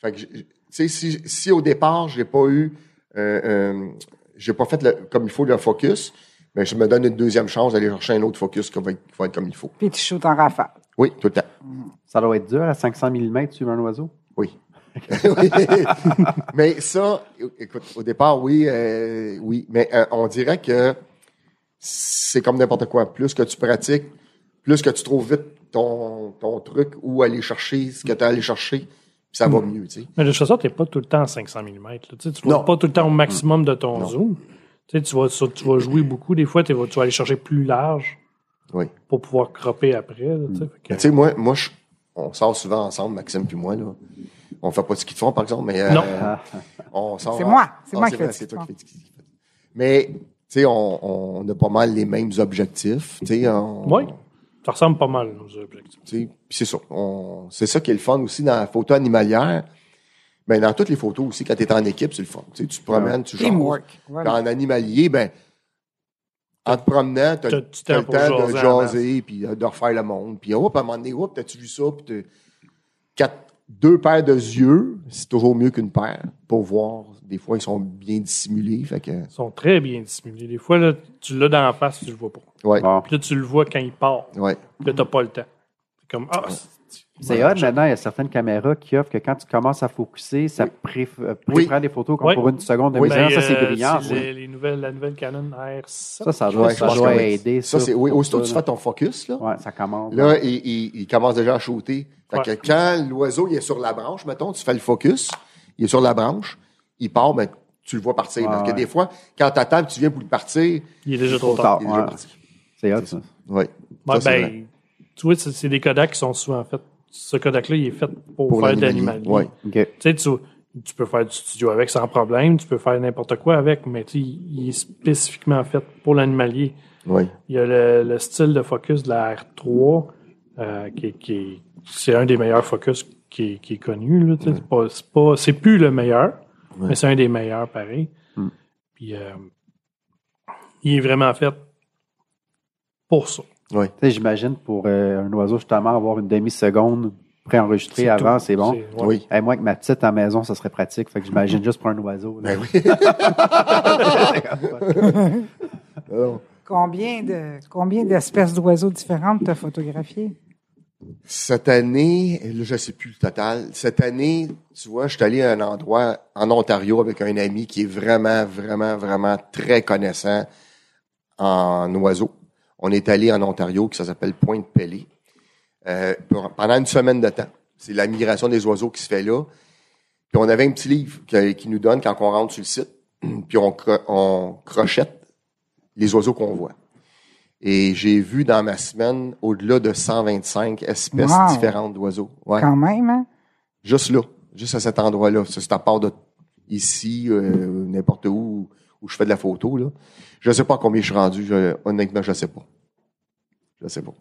[SPEAKER 3] Fait que, je- je- tu sais, si, si au départ, j'ai pas eu, euh, euh, j'ai pas fait le- comme il faut le focus, mais je me donne une deuxième chance d'aller chercher un autre focus qui va être, qui va être comme il faut.
[SPEAKER 1] Puis tu shoots en rafale.
[SPEAKER 3] Oui, tout le temps.
[SPEAKER 4] Ça doit être dur à 500 mm suivre un oiseau.
[SPEAKER 3] Oui. Oui. mais ça, écoute, au départ, oui, euh, oui. Mais euh, on dirait que c'est comme n'importe quoi. Plus que tu pratiques, plus que tu trouves vite ton, ton truc ou aller chercher ce que tu as allé chercher, ça va mieux, tu sais.
[SPEAKER 2] Mais de toute façon, t'es pas tout le temps à 500 mm. là. Tu sais, tu vas
[SPEAKER 3] Non.
[SPEAKER 2] pas tout le temps au maximum de ton zoom. Tu sais, tu vas, sur- tu vas jouer beaucoup. Des fois, t'es- tu vas aller chercher plus large
[SPEAKER 3] Oui.
[SPEAKER 2] pour pouvoir cropper après. là, tu sais.
[SPEAKER 4] Mm.
[SPEAKER 2] Fait que-
[SPEAKER 3] Mais Tu sais, moi, moi je- on sort souvent ensemble, Maxime puis moi, là. On fait pas de ski de fond, par exemple, mais euh,
[SPEAKER 2] Non.
[SPEAKER 3] on sort.
[SPEAKER 1] C'est moi. C'est moi qui
[SPEAKER 3] vrai,
[SPEAKER 1] fais du ski
[SPEAKER 3] c'est
[SPEAKER 1] de
[SPEAKER 3] toi
[SPEAKER 1] fond.
[SPEAKER 3] qui fais du ski de fond. Mais, tu sais, on, on a pas mal les mêmes objectifs. Tu sais, on-
[SPEAKER 2] Oui. Ça ressemble pas mal, nos objectifs.
[SPEAKER 3] Tu sais, Puis c'est ça. On- C'est ça qui est le fun aussi dans la photo animalière. Mais dans toutes les photos aussi, quand tu es en équipe, c'est le fun. Tu sais, tu te promènes, tu jases.
[SPEAKER 1] Teamwork.
[SPEAKER 3] Puis
[SPEAKER 1] Voilà.
[SPEAKER 3] En animalier, ben, en te promenant, tu
[SPEAKER 2] T'as
[SPEAKER 3] as, le
[SPEAKER 2] du temps
[SPEAKER 3] temps
[SPEAKER 2] pour
[SPEAKER 3] de
[SPEAKER 2] jaser en masse.
[SPEAKER 3] jaser, puis euh, de refaire le monde. Puis, hop, à un moment donné, hop, t'as-tu vu ça? Puis t'as- quatre- deux paires de yeux, c'est toujours mieux qu'une paire pour voir. Des fois, ils sont bien dissimulés. Fait que,
[SPEAKER 2] Ils sont très bien dissimulés. Des fois, là, tu l'as dans la face, tu le vois pas.
[SPEAKER 3] ouais,
[SPEAKER 4] Bon.
[SPEAKER 2] Puis là, tu le vois quand il part.
[SPEAKER 3] ouais.
[SPEAKER 2] Puis là, t'as pas le temps. C'est comme, ah,
[SPEAKER 4] C'est hot, maintenant, il y a certaines caméras qui offrent que quand tu commences à focuser, ça pré- euh,
[SPEAKER 3] Oui.
[SPEAKER 4] prépare des photos comme
[SPEAKER 2] Oui.
[SPEAKER 4] pour une seconde de
[SPEAKER 2] Oui,
[SPEAKER 4] mise en
[SPEAKER 2] ben,
[SPEAKER 4] ça, c'est
[SPEAKER 2] euh,
[SPEAKER 4] brillant.
[SPEAKER 2] c'est
[SPEAKER 4] ça.
[SPEAKER 2] les- les nouvelles- la nouvelle Canon R7.
[SPEAKER 4] Ça, ça doit,
[SPEAKER 3] Ouais, je
[SPEAKER 4] ça
[SPEAKER 3] pense
[SPEAKER 4] doit
[SPEAKER 3] que oui.
[SPEAKER 4] aider.
[SPEAKER 3] Ça, c'est, oui,
[SPEAKER 4] pour
[SPEAKER 3] aussitôt que tu
[SPEAKER 4] là.
[SPEAKER 3] fais ton focus, là,
[SPEAKER 4] Ouais, ça commence.
[SPEAKER 3] Là, il, il- il commence déjà à shooter. Fait
[SPEAKER 2] Ouais.
[SPEAKER 3] que quand l'oiseau il est sur la branche, mettons, tu fais le focus, il est sur la branche, il part, mais tu le vois partir.
[SPEAKER 4] Ouais,
[SPEAKER 3] Parce que
[SPEAKER 4] ouais.
[SPEAKER 3] des fois, quand t'attends, tu viens pour le partir,
[SPEAKER 2] il est déjà
[SPEAKER 4] trop
[SPEAKER 2] trop tard.
[SPEAKER 4] tard.
[SPEAKER 3] il est déjà
[SPEAKER 4] ouais.
[SPEAKER 3] parti.
[SPEAKER 4] C'est hot, ça.
[SPEAKER 3] Oui.
[SPEAKER 2] Ouais,
[SPEAKER 3] Ça, c'est
[SPEAKER 2] ben,
[SPEAKER 3] vrai.
[SPEAKER 2] tu vois, c'est c'est des Kodak qui sont souvent faits. Ce Kodak-là, il est fait pour,
[SPEAKER 3] Pour
[SPEAKER 2] faire de
[SPEAKER 3] l'animalier,
[SPEAKER 2] l'animalier.
[SPEAKER 3] ouais.
[SPEAKER 4] OK.
[SPEAKER 2] Tu sais, tu, tu peux faire du studio avec sans problème, tu peux faire n'importe quoi avec, mais tu sais, il est spécifiquement fait pour l'animalier.
[SPEAKER 3] Oui.
[SPEAKER 2] Il y a le, le style de focus de la R3, euh, qui, est- qui est- c'est un des meilleurs focus qui, est- qui est connu. là, tu sais, C'est pas- c'est pas- c'est plus le meilleur, Mais c'est un des meilleurs, pareil.
[SPEAKER 4] Mm.
[SPEAKER 2] Puis euh, il est vraiment fait pour ça.
[SPEAKER 4] Tu sais, J'imagine pour euh, un oiseau, justement, avoir une demi-seconde préenregistrée avant, c'est bon.
[SPEAKER 2] ouais.
[SPEAKER 3] Oui.
[SPEAKER 4] Et moi, avec ma petite à la maison, ça serait pratique. Fait que j'imagine juste pour un oiseau. là.
[SPEAKER 3] Ben oui. Alors,
[SPEAKER 1] Combien de combien d'espèces d'oiseaux différentes t'as photographiées?
[SPEAKER 3] cette année, là, je sais plus le total. Cette année, tu vois, je suis allé à un endroit en Ontario avec un ami qui est vraiment, vraiment, vraiment très connaissant en oiseaux. On est allé en Ontario, qui ça s'appelle Pointe Pelée, euh, pour- pendant une semaine de temps. C'est la migration des oiseaux qui se fait là. Puis on avait un petit livre que- qui nous donne quand on rentre sur le site, puis on, cro- on crochette les oiseaux qu'on voit. Et j'ai vu dans ma semaine au-delà de 125 espèces
[SPEAKER 1] Wow.
[SPEAKER 3] différentes d'oiseaux. Ouais.
[SPEAKER 1] Quand même, hein?
[SPEAKER 3] Juste là, juste à cet endroit-là. Ça, C'est à part de ici, euh, n'importe où où je fais de la photo. Là. Je sais pas combien je suis rendu. je- honnêtement, je sais pas. Je sais pas.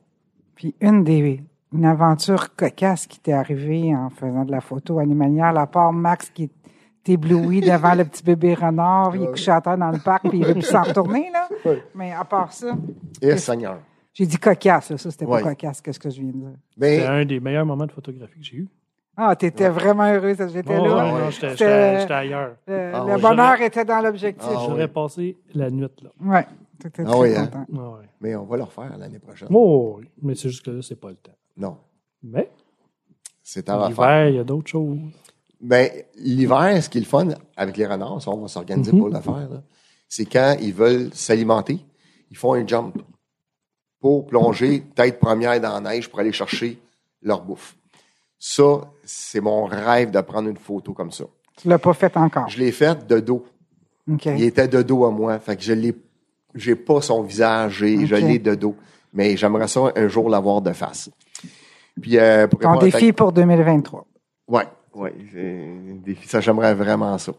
[SPEAKER 1] Puis une des une aventure cocasse qui t'est arrivée en faisant de la photo animalière, la part Max qui t'éblouit devant le petit bébé renard, il est couché à terre dans le parc, puis il veut plus s'en retourner, là. Mais à part ça,
[SPEAKER 3] Eh, Seigneur.
[SPEAKER 1] j'ai dit cocasse, là. ça, c'était
[SPEAKER 3] Ouais.
[SPEAKER 1] pas cocasse, qu'est-ce que je viens de dire.
[SPEAKER 3] Mais
[SPEAKER 2] C'est un des meilleurs moments de photographie que j'ai eu.
[SPEAKER 1] Ah, t'étais vraiment heureux, ça, j'étais
[SPEAKER 2] Oh,
[SPEAKER 1] là.
[SPEAKER 2] ouais, non, j'étais-
[SPEAKER 1] C'était-
[SPEAKER 2] J'étais j'étais ailleurs.
[SPEAKER 1] Euh, Le,
[SPEAKER 3] Ah
[SPEAKER 1] le
[SPEAKER 3] ouais.
[SPEAKER 1] bonheur était dans l'objectif.
[SPEAKER 3] Ah
[SPEAKER 2] J'aurais
[SPEAKER 3] ouais.
[SPEAKER 2] passé la nuit là.
[SPEAKER 1] Ouais, t'étais
[SPEAKER 3] Ah
[SPEAKER 1] très
[SPEAKER 3] ouais, hein?
[SPEAKER 1] content.
[SPEAKER 2] Ah ouais.
[SPEAKER 3] Mais on va le refaire l'année prochaine.
[SPEAKER 2] Oh, oui. mais c'est juste que là, c'est pas le temps.
[SPEAKER 3] Non,
[SPEAKER 2] Mais
[SPEAKER 3] c'est à refaire.
[SPEAKER 2] l'hiver, il y a d'autres choses.
[SPEAKER 3] Ben, l'hiver, ce qui est le fun avec les renards, ça, on va s'organiser
[SPEAKER 1] Mhm.
[SPEAKER 3] pour le faire, là, c'est quand ils veulent s'alimenter, ils font un jump pour plonger tête première dans la neige pour aller chercher leur bouffe. Ça, c'est mon rêve de prendre une photo comme ça.
[SPEAKER 1] Tu l'as pas fait encore.
[SPEAKER 3] Je l'ai faite de dos.
[SPEAKER 1] OK.
[SPEAKER 3] Il était de dos à moi. Fait que je l'ai, j'ai pas son visage, j'ai- je
[SPEAKER 1] Ok.
[SPEAKER 3] l'ai de dos. Mais j'aimerais ça un jour l'avoir de face. Puis, euh, pour
[SPEAKER 1] Ton
[SPEAKER 3] répondre à ta-
[SPEAKER 1] défi pour 2023.
[SPEAKER 3] Ouais, ouais, j'ai des filles, ça j'aimerais vraiment ça.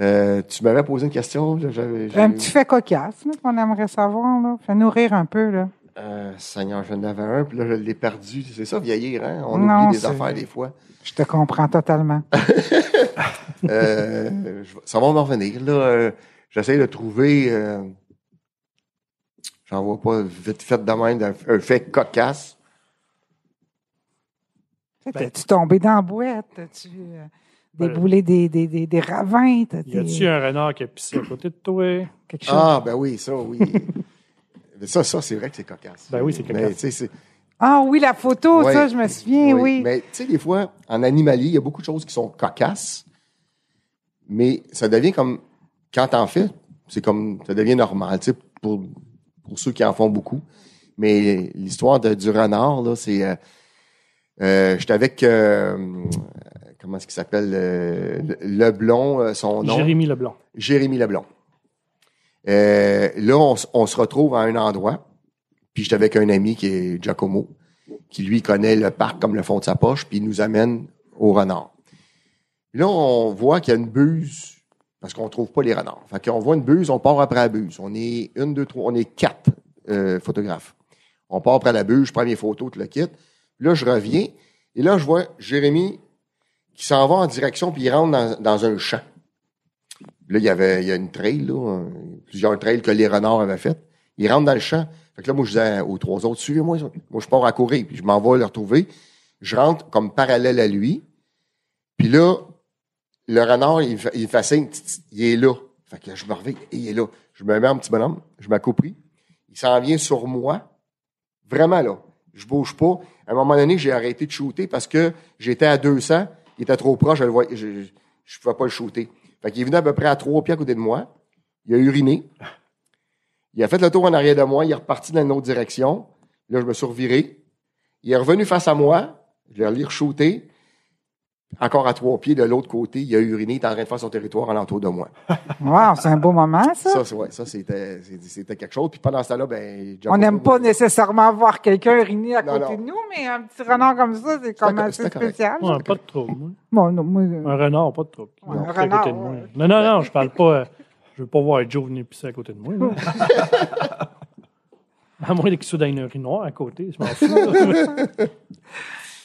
[SPEAKER 3] Euh, tu m'avais posé une question, là, j'avais,
[SPEAKER 1] Un
[SPEAKER 3] j'ai-
[SPEAKER 1] petit fait cocasse là, qu'on aimerait savoir. Là. Fais nourrir un peu. Là.
[SPEAKER 3] Euh, Seigneur, j'en avais un, puis là je l'ai perdu. C'est ça vieillir, hein On
[SPEAKER 1] Non,
[SPEAKER 3] oublie des
[SPEAKER 1] c'est-
[SPEAKER 3] affaires des fois.
[SPEAKER 1] Je te comprends totalement.
[SPEAKER 3] Euh, je vais- ça va m'en revenir. Là, euh, j'essaie de trouver. euh, j'en vois pas vite fait de même d'un- un fait cocasse.
[SPEAKER 1] T'es-tu tombé dans la boîte? T'as-tu euh, déboulé des, des, des, des ravins? T'as-tu-
[SPEAKER 2] Y a-tu un renard qui a pissé à côté de toi?
[SPEAKER 1] quelque chose? Ah,
[SPEAKER 3] Ah ben oui, ça oui. Mais ça, ça c'est vrai que c'est cocasse.
[SPEAKER 2] Ben oui, c'est cocasse.
[SPEAKER 3] Mais, tu sais, c'est-
[SPEAKER 1] Ah oui, la photo,
[SPEAKER 3] Ouais.
[SPEAKER 1] ça, je me souviens, oui.
[SPEAKER 3] Mais tu sais, des fois, en animalier, il y a beaucoup de choses qui sont cocasses, mais ça devient comme, quand t'en fais, c'est comme, ça devient normal, tu sais, pour, pour ceux qui en font beaucoup. Mais l'histoire de- du renard, là, c'est, euh, euh, j'étais avec, euh, hum, euh, comment est-ce qu'il s'appelle, euh, Le- Leblon, euh, son nom.
[SPEAKER 2] Jérémy Leblanc.
[SPEAKER 3] Jérémy Leblon. Euh, là, on, s- on se retrouve à un endroit, puis j'étais avec un ami qui est Giacomo, qui lui connaît le parc comme le fond de sa poche, puis il nous amène au renard. Là, on voit qu'il y a une buse, parce qu'on trouve pas les renards. Fait qu'on voit une buse, on part après la buse. On est une, deux, trois, on est quatre euh, photographes. On part après la buse, je prends mes photos, tout le kit. Là, je reviens, et là, je vois Jérémy qui s'en va en direction, puis il rentre dans- dans un champ. Là, il y avait il y a une trail, là, un- plusieurs trails que les renards avaient faites. Ils rentrent dans le champ. Fait que là, moi, je disais aux trois autres, suivez-moi. ça. Moi, je pars à courir, puis je m'en vais le retrouver. Je rentre comme parallèle à lui. Puis là, le renard, il, fa- il fascine, tss, tss, il est là. Fait que là, je me reviens, et il est là. Je me mets en petit bonhomme, je m'accoupris. Il s'en vient sur moi. Vraiment là. Je bouge pas. À un moment donné, j'ai arrêté de shooter parce que j'étais à 200. Il était trop proche, je le voyais- je, je, je pouvais pas le shooter. Fait qu'il est venu à peu près à trois pieds à côté de moi. Il a uriné. Il a fait le tour en arrière de moi. Il est reparti dans une autre direction. Là, je me suis reviré. Il est revenu face à moi. Je l'ai re-shooté. Encore à trois pieds de l'autre côté, il a uriné. Il était en train de faire son territoire alentour de moi.
[SPEAKER 1] Wow, c'est un beau moment, ça.
[SPEAKER 3] Ça, c'est- ouais, ça c'était, c'est- c'était quelque chose. Puis pendant ce temps-là, ben,
[SPEAKER 1] On n'aime pas
[SPEAKER 3] C'était
[SPEAKER 1] nécessairement voir quelqu'un uriner à
[SPEAKER 3] Non,
[SPEAKER 1] côté
[SPEAKER 3] non.
[SPEAKER 1] de nous, mais un petit renard comme ça, c'est comme
[SPEAKER 3] co-
[SPEAKER 1] assez
[SPEAKER 3] c'était correct.
[SPEAKER 1] spécial.
[SPEAKER 2] Ouais, pas de trouble. moi.
[SPEAKER 1] Bon, non, moi, euh,
[SPEAKER 2] Un renard, pas de trouble.
[SPEAKER 1] Ouais, un
[SPEAKER 2] Qui est à côté de
[SPEAKER 1] renard,
[SPEAKER 2] moi.
[SPEAKER 1] ouais.
[SPEAKER 2] Non, non, non, je parle pas. euh, je veux pas voir Joe venir pisser à côté de moi. là. à moins qu'il soit dans une urinoir à côté, je m'en fous. là.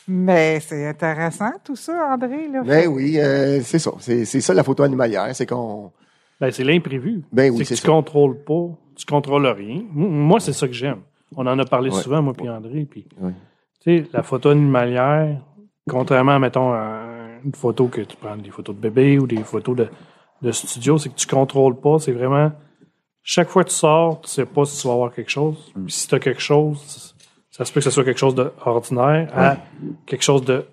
[SPEAKER 1] Mais c'est intéressant tout ça, André. Là.
[SPEAKER 3] Ben oui, euh, c'est ça. C'est c'est ça la photo animalière. C'est qu'on.
[SPEAKER 2] Ben, c'est l'imprévu.
[SPEAKER 3] Ben oui,
[SPEAKER 2] c'est que
[SPEAKER 3] c'est
[SPEAKER 2] tu
[SPEAKER 3] ça.
[SPEAKER 2] contrôles pas, tu contrôles rien. M- Moi, c'est ça que j'aime. On en a parlé
[SPEAKER 3] Ouais.
[SPEAKER 2] souvent, moi puis André. Puis,
[SPEAKER 3] Ouais.
[SPEAKER 2] tu sais, la photo animalière, contrairement, mettons, à une photo que tu prends, des photos de bébé ou des photos de, de studio, c'est que tu contrôles pas. C'est vraiment, chaque fois que tu sors, tu sais pas si tu vas avoir quelque chose.
[SPEAKER 3] Mm.
[SPEAKER 2] Puis si tu as quelque chose, ça se peut que ce soit quelque chose d'ordinaire à quelque chose de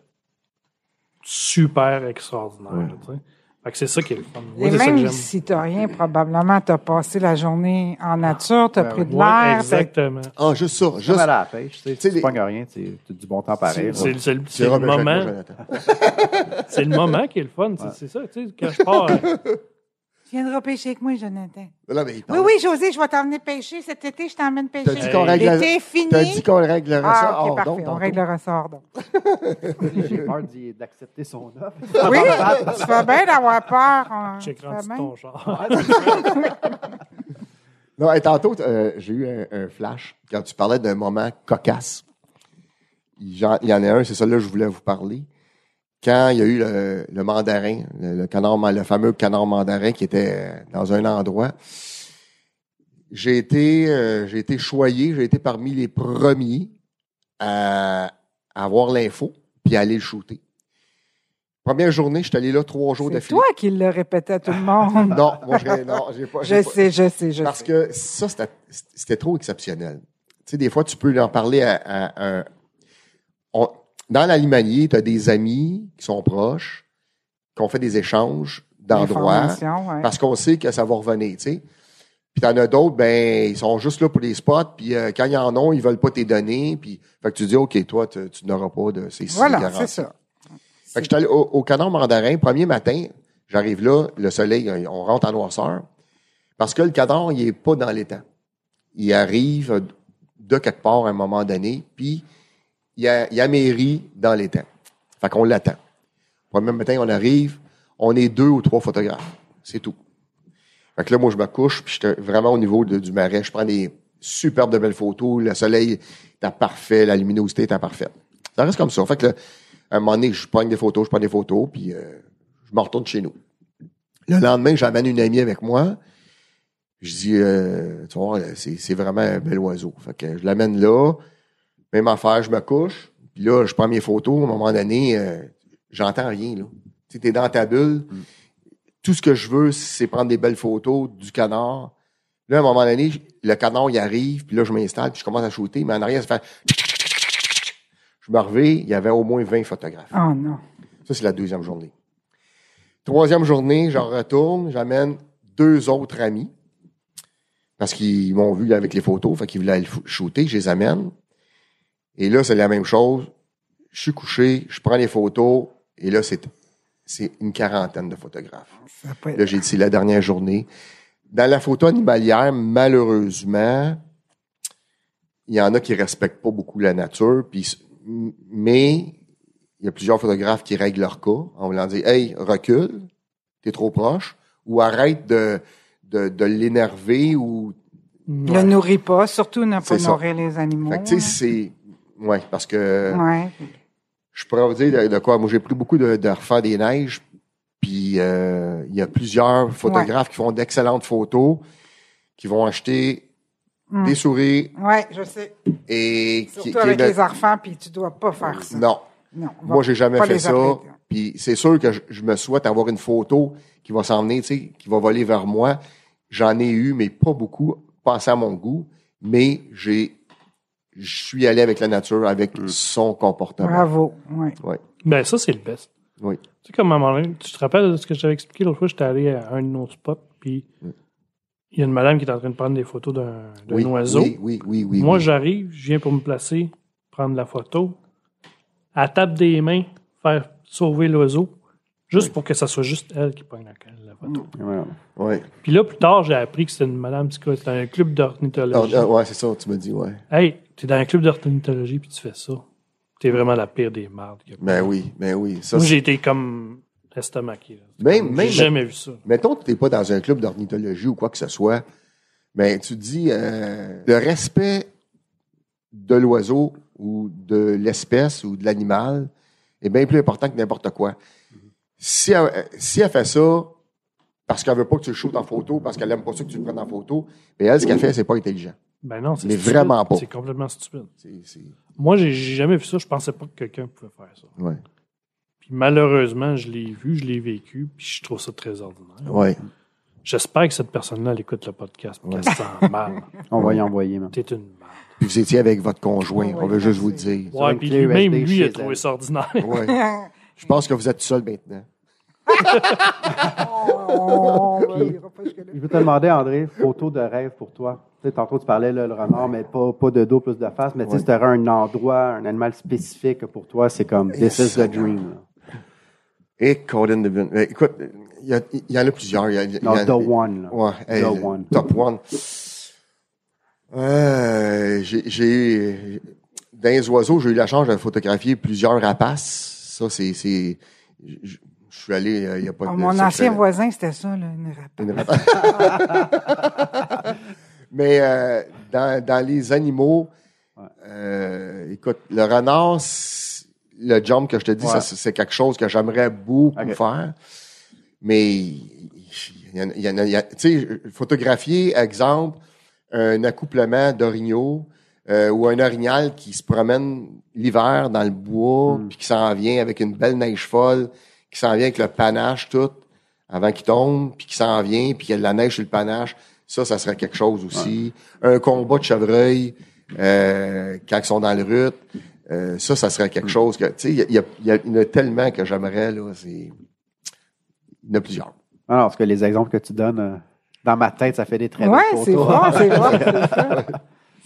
[SPEAKER 2] super extraordinaire. tu sais. Fait que c'est ça qui est le fun. Moi,
[SPEAKER 1] Et
[SPEAKER 2] c'est ça que
[SPEAKER 1] même
[SPEAKER 2] j'aime.
[SPEAKER 1] si t'as rien, probablement, t'as passé la journée en nature, t'as
[SPEAKER 4] Ben
[SPEAKER 1] pris de
[SPEAKER 2] Ouais,
[SPEAKER 1] l'air. t'as-
[SPEAKER 2] exactement.
[SPEAKER 3] Ah, juste ça.
[SPEAKER 4] Comme
[SPEAKER 3] Juste.
[SPEAKER 4] à la pêche, tu sais,
[SPEAKER 3] sais,
[SPEAKER 4] tu
[SPEAKER 3] les-
[SPEAKER 4] pognes rien, tu tu as du bon temps pareil.
[SPEAKER 2] C'est- C'est
[SPEAKER 4] là.
[SPEAKER 2] c'est le,
[SPEAKER 3] Tu
[SPEAKER 2] c'est le
[SPEAKER 3] diras, ben, Jacques,
[SPEAKER 2] moment,
[SPEAKER 3] moi, Jonathan.
[SPEAKER 2] c'est le moment qui est le fun. c'est- C'est ça, tu sais, quand je pars, euh,
[SPEAKER 1] Tu viendras pêcher avec moi, Jonathan.
[SPEAKER 3] Là, ben, il
[SPEAKER 1] Oui,
[SPEAKER 3] parle.
[SPEAKER 1] oui, José, je vais t'emmener pêcher cet été, je t'emmène pêcher.
[SPEAKER 3] T'as dit qu'on
[SPEAKER 2] Hey.
[SPEAKER 3] règle la-
[SPEAKER 1] L'été est fini.
[SPEAKER 3] T'as dit qu'on règle ça. Oh,
[SPEAKER 1] Ah, ok, parfait. on règle le ressort, donc.
[SPEAKER 4] J'ai peur d'y- d'accepter son offre.
[SPEAKER 1] Oui, tu fais bien d'avoir peur. hein.
[SPEAKER 2] j'ai
[SPEAKER 1] Tu fais
[SPEAKER 2] grandi
[SPEAKER 1] bien.
[SPEAKER 2] ton genre.
[SPEAKER 3] Non, hey, tantôt, euh, j'ai eu un, un flash quand tu parlais d'un moment cocasse. Il y en il y en a un, c'est ça, là, je voulais vous parler. Quand il y a eu le, le mandarin, le, le canard, ma- le fameux canard mandarin qui était euh, dans un endroit, j'ai été, euh, j'ai été choyé, j'ai été parmi les premiers à, à avoir l'info puis à aller le shooter. Première journée, je suis allé là trois jours
[SPEAKER 1] C'est
[SPEAKER 3] d'affilée.
[SPEAKER 1] toi qui le répétais à tout le monde.
[SPEAKER 3] Non, moi, j'ai- non, j'ai pas.
[SPEAKER 1] je
[SPEAKER 3] j'ai pas-
[SPEAKER 1] sais, je sais, je
[SPEAKER 3] parce
[SPEAKER 1] sais.
[SPEAKER 3] que ça, c'était- c'était trop exceptionnel. Tu sais, des fois, tu peux en parler à, à- à- on- dans l'Alimanier, tu as des amis qui sont proches, qu'on fait des échanges d'endroits,
[SPEAKER 1] L'information, ouais.
[SPEAKER 3] parce qu'on sait que ça va revenir, tu sais. Puis t'en as d'autres, ben, ils sont juste là pour les spots, puis euh, quand ils en ont, ils veulent pas tes données, puis fait que tu dis, OK, toi, tu, tu n'auras pas de ces six
[SPEAKER 1] Voilà,
[SPEAKER 3] garanties.
[SPEAKER 1] c'est ça.
[SPEAKER 3] Fait que j'étais allé au, au canon mandarin, premier matin, j'arrive là, le soleil, euh, on rentre en noirceur. Parce que le cador, il est pas dans l'étang. Il arrive euh, de quelque part à un moment donné, puis il, a- il amérit dans l'étang. Fait qu'on l'attend. Premier matin, on arrive, on est deux ou trois photographes. C'est tout. Fait que là, moi, je me couche, puis j'étais vraiment au niveau de- du marais. Je prends des superbes de belles photos. Le soleil est parfait, la luminosité est parfaite. Ça reste comme ça. Fait que là, à un moment donné, je prends des photos, je prends des photos, puis euh, je m'en retourne chez nous. Le lendemain, j'amène une amie avec moi. Je dis, euh, tu vois, c'est c'est vraiment un bel oiseau. Fait que je l'amène là, même affaire, je me couche, puis là, je prends mes photos. À un moment donné, euh, j'entends rien, là. Tu sais, t'es dans ta bulle. Tout ce que je veux, c'est prendre des belles photos du canard. Là, à un moment donné, j- le canard, il arrive, puis là, je m'installe, puis je commence à shooter, mais en arrière, ça fait... Je me reviens, il y avait au moins 20 photographes.
[SPEAKER 1] Oh non.
[SPEAKER 3] Ça, c'est la deuxième journée. Troisième journée, j'en retourne, j'amène deux autres amis parce qu'ils m'ont vu avec les photos, fait qu'ils voulaient aller fou- shooter, je les amène. Et là, c'est la même chose. Je suis couché, je prends les photos, et là, c'est, c'est une quarantaine de photographes.
[SPEAKER 1] Ça peut être-
[SPEAKER 3] Là, j'ai dit, c'est la dernière journée. Dans la photo animalière, malheureusement, il y en a qui respectent pas beaucoup la nature, puis, mais il y a plusieurs photographes qui règlent leur cas en voulant dire, hey, recule, t'es trop proche, ou arrête de, de, de l'énerver, ou
[SPEAKER 1] Le nourris pas, surtout ne pas
[SPEAKER 3] C'est ça.
[SPEAKER 1] nourrir les animaux. hein.
[SPEAKER 3] Fait que, tu sais, euh, c'est. Ouais, parce que
[SPEAKER 1] Ouais.
[SPEAKER 3] je pourrais vous dire de, de quoi. Moi, j'ai pris beaucoup de, de refaire des neiges, puis euh, il y a plusieurs photographes qui font d'excellentes photos, qui vont acheter
[SPEAKER 1] Mm.
[SPEAKER 3] des souris
[SPEAKER 1] Ouais, je sais.
[SPEAKER 3] et qui-
[SPEAKER 1] Surtout
[SPEAKER 3] qui
[SPEAKER 1] avec
[SPEAKER 3] mettent-
[SPEAKER 1] les enfants, puis tu dois pas faire ça.
[SPEAKER 3] Non,
[SPEAKER 1] Non, on va
[SPEAKER 3] moi, j'ai jamais
[SPEAKER 1] pas
[SPEAKER 3] fait
[SPEAKER 1] les
[SPEAKER 3] ça.
[SPEAKER 1] apprêter.
[SPEAKER 3] Puis c'est sûr que je, je me souhaite avoir une photo qui va s'en venir, tu sais, qui va voler vers moi. J'en ai eu, mais pas beaucoup, passé à mon goût. Mais j'ai, je suis allé avec la nature, avec son comportement.
[SPEAKER 1] Bravo. Ouais.
[SPEAKER 2] Ben, ça, c'est le best.
[SPEAKER 3] Oui.
[SPEAKER 2] Tu sais, comme à un moment donné, tu te rappelles de ce que j'avais expliqué l'autre fois, j'étais allé à un de nos spots, puis il y a une madame qui est en train de prendre des photos d'un d'un
[SPEAKER 3] Mm. oui,
[SPEAKER 2] oiseau.
[SPEAKER 3] Oui, oui, oui, oui.
[SPEAKER 2] Moi,
[SPEAKER 3] oui.
[SPEAKER 2] j'arrive, je viens pour me placer, prendre la photo, à tape des mains, faire sauver l'oiseau, juste pour que ça soit juste elle qui prenne la, la photo.
[SPEAKER 3] Mm.
[SPEAKER 4] Ouais.
[SPEAKER 3] Oui.
[SPEAKER 2] Puis là, plus tard, j'ai appris que c'était une madame, c'est quoi, c'était un club
[SPEAKER 3] Ah,
[SPEAKER 2] d'ornithologie.
[SPEAKER 3] ah, ouais, c'est ça, tu me dis, ouais.
[SPEAKER 2] Hey, t'es dans un club d'ornithologie, puis tu fais ça. T'es vraiment la pire des mardes. qu'il y a.
[SPEAKER 3] Ben oui, ben oui. Ça,
[SPEAKER 2] Moi,
[SPEAKER 3] c'est-
[SPEAKER 2] j'ai été comme estomaqué. là.
[SPEAKER 3] Même-
[SPEAKER 2] J'ai
[SPEAKER 3] même-
[SPEAKER 2] jamais vu ça.
[SPEAKER 3] mettons que tu n'es pas dans un club d'ornithologie ou quoi que ce soit, ben, mais tu te dis euh, le respect de l'oiseau ou de l'espèce ou de l'animal est bien plus important que n'importe quoi. Si elle, si elle fait ça parce qu'elle veut pas que tu le shootes en photo, parce qu'elle aime pas ça que tu le prennes en photo, mais elle, ce qu'elle fait, c'est pas intelligent.
[SPEAKER 2] Ben non, c'est
[SPEAKER 3] Mais
[SPEAKER 2] stupide.
[SPEAKER 3] vraiment pas.
[SPEAKER 2] C'est complètement stupide.
[SPEAKER 3] C'est- c'est-
[SPEAKER 2] Moi, j'ai j'ai jamais vu ça. Je pensais pas que quelqu'un pouvait faire ça.
[SPEAKER 3] ouais.
[SPEAKER 2] Puis malheureusement, je l'ai vu, je l'ai vécu, puis je trouve ça très ordinaire.
[SPEAKER 3] Ouais.
[SPEAKER 2] J'espère que cette personne-là, elle écoute le podcast, puis
[SPEAKER 3] Ouais.
[SPEAKER 2] qu'elle se sent mal.
[SPEAKER 4] On va y envoyer, man.
[SPEAKER 2] T'es une merde.
[SPEAKER 3] Puis vous étiez avec votre conjoint, on veut juste vous le dire.
[SPEAKER 4] Sur
[SPEAKER 2] Ouais,
[SPEAKER 4] une
[SPEAKER 2] puis
[SPEAKER 4] clé
[SPEAKER 2] lui-même,
[SPEAKER 4] USB
[SPEAKER 2] lui, il a
[SPEAKER 4] chez
[SPEAKER 2] trouvé
[SPEAKER 4] elle.
[SPEAKER 2] ça ordinaire.
[SPEAKER 3] Ouais. Je pense que vous êtes seul maintenant.
[SPEAKER 1] Oh, on ira pas jusque-là.
[SPEAKER 4] Je veux te demander, André, photo de rêve pour toi. Tu sais, tantôt, tu parlais, là, le renard, mais pas, pas de dos, plus de face. Mais tu sais,
[SPEAKER 3] Ouais.
[SPEAKER 4] si tu aurais un endroit, un animal spécifique pour toi, c'est comme This is the dream. là.
[SPEAKER 3] Et Colin Devine. Euh, Écoute, il y, a- il y en a plusieurs. Il y a- il y
[SPEAKER 4] Non,
[SPEAKER 3] en a-
[SPEAKER 4] The One. Là.
[SPEAKER 3] Ouais, hey,
[SPEAKER 4] The
[SPEAKER 3] le
[SPEAKER 4] One.
[SPEAKER 3] Top one. Euh, j'ai- j'ai dans les oiseaux, j'ai eu la chance de photographier plusieurs rapaces. Ça, c'est c'est. Je je- je suis allé. euh, Il y a pas
[SPEAKER 1] Ah,
[SPEAKER 3] de
[SPEAKER 1] Mon
[SPEAKER 3] secret
[SPEAKER 1] ancien
[SPEAKER 3] là-
[SPEAKER 1] voisin, c'était ça, là, une rapace.
[SPEAKER 3] une rapace. Mais euh, dans, dans les animaux, euh, écoute, le renard, c'est- le jump que je te dis,
[SPEAKER 4] Ouais.
[SPEAKER 3] ça, c'est c'est quelque chose que j'aimerais beaucoup
[SPEAKER 4] Ok.
[SPEAKER 3] faire. Mais il y en a- il y en a, il y a- tu sais, photographier, exemple, un accouplement d'orignaux euh, ou un orignal qui se promène l'hiver dans le bois, puis qui s'en vient avec une belle neige folle, qui s'en vient avec le panache tout avant qu'il tombe, puis qui s'en vient, puis qu'il y a de la neige sur le panache. Ça, ça serait quelque chose aussi. Un combat de chevreuil euh, quand ils sont dans le rut. euh, ça, ça serait quelque chose que... Tu sais, il y, a- il y a- il y a- il y en a tellement que j'aimerais, là. c'est- Il y en a plusieurs.
[SPEAKER 4] Non, non, Ah, parce que les exemples que tu donnes, euh, dans ma tête, ça fait des très
[SPEAKER 1] Oui,
[SPEAKER 4] belles
[SPEAKER 1] c'est vrai,
[SPEAKER 4] photos.
[SPEAKER 1] c'est vrai, c'est ça.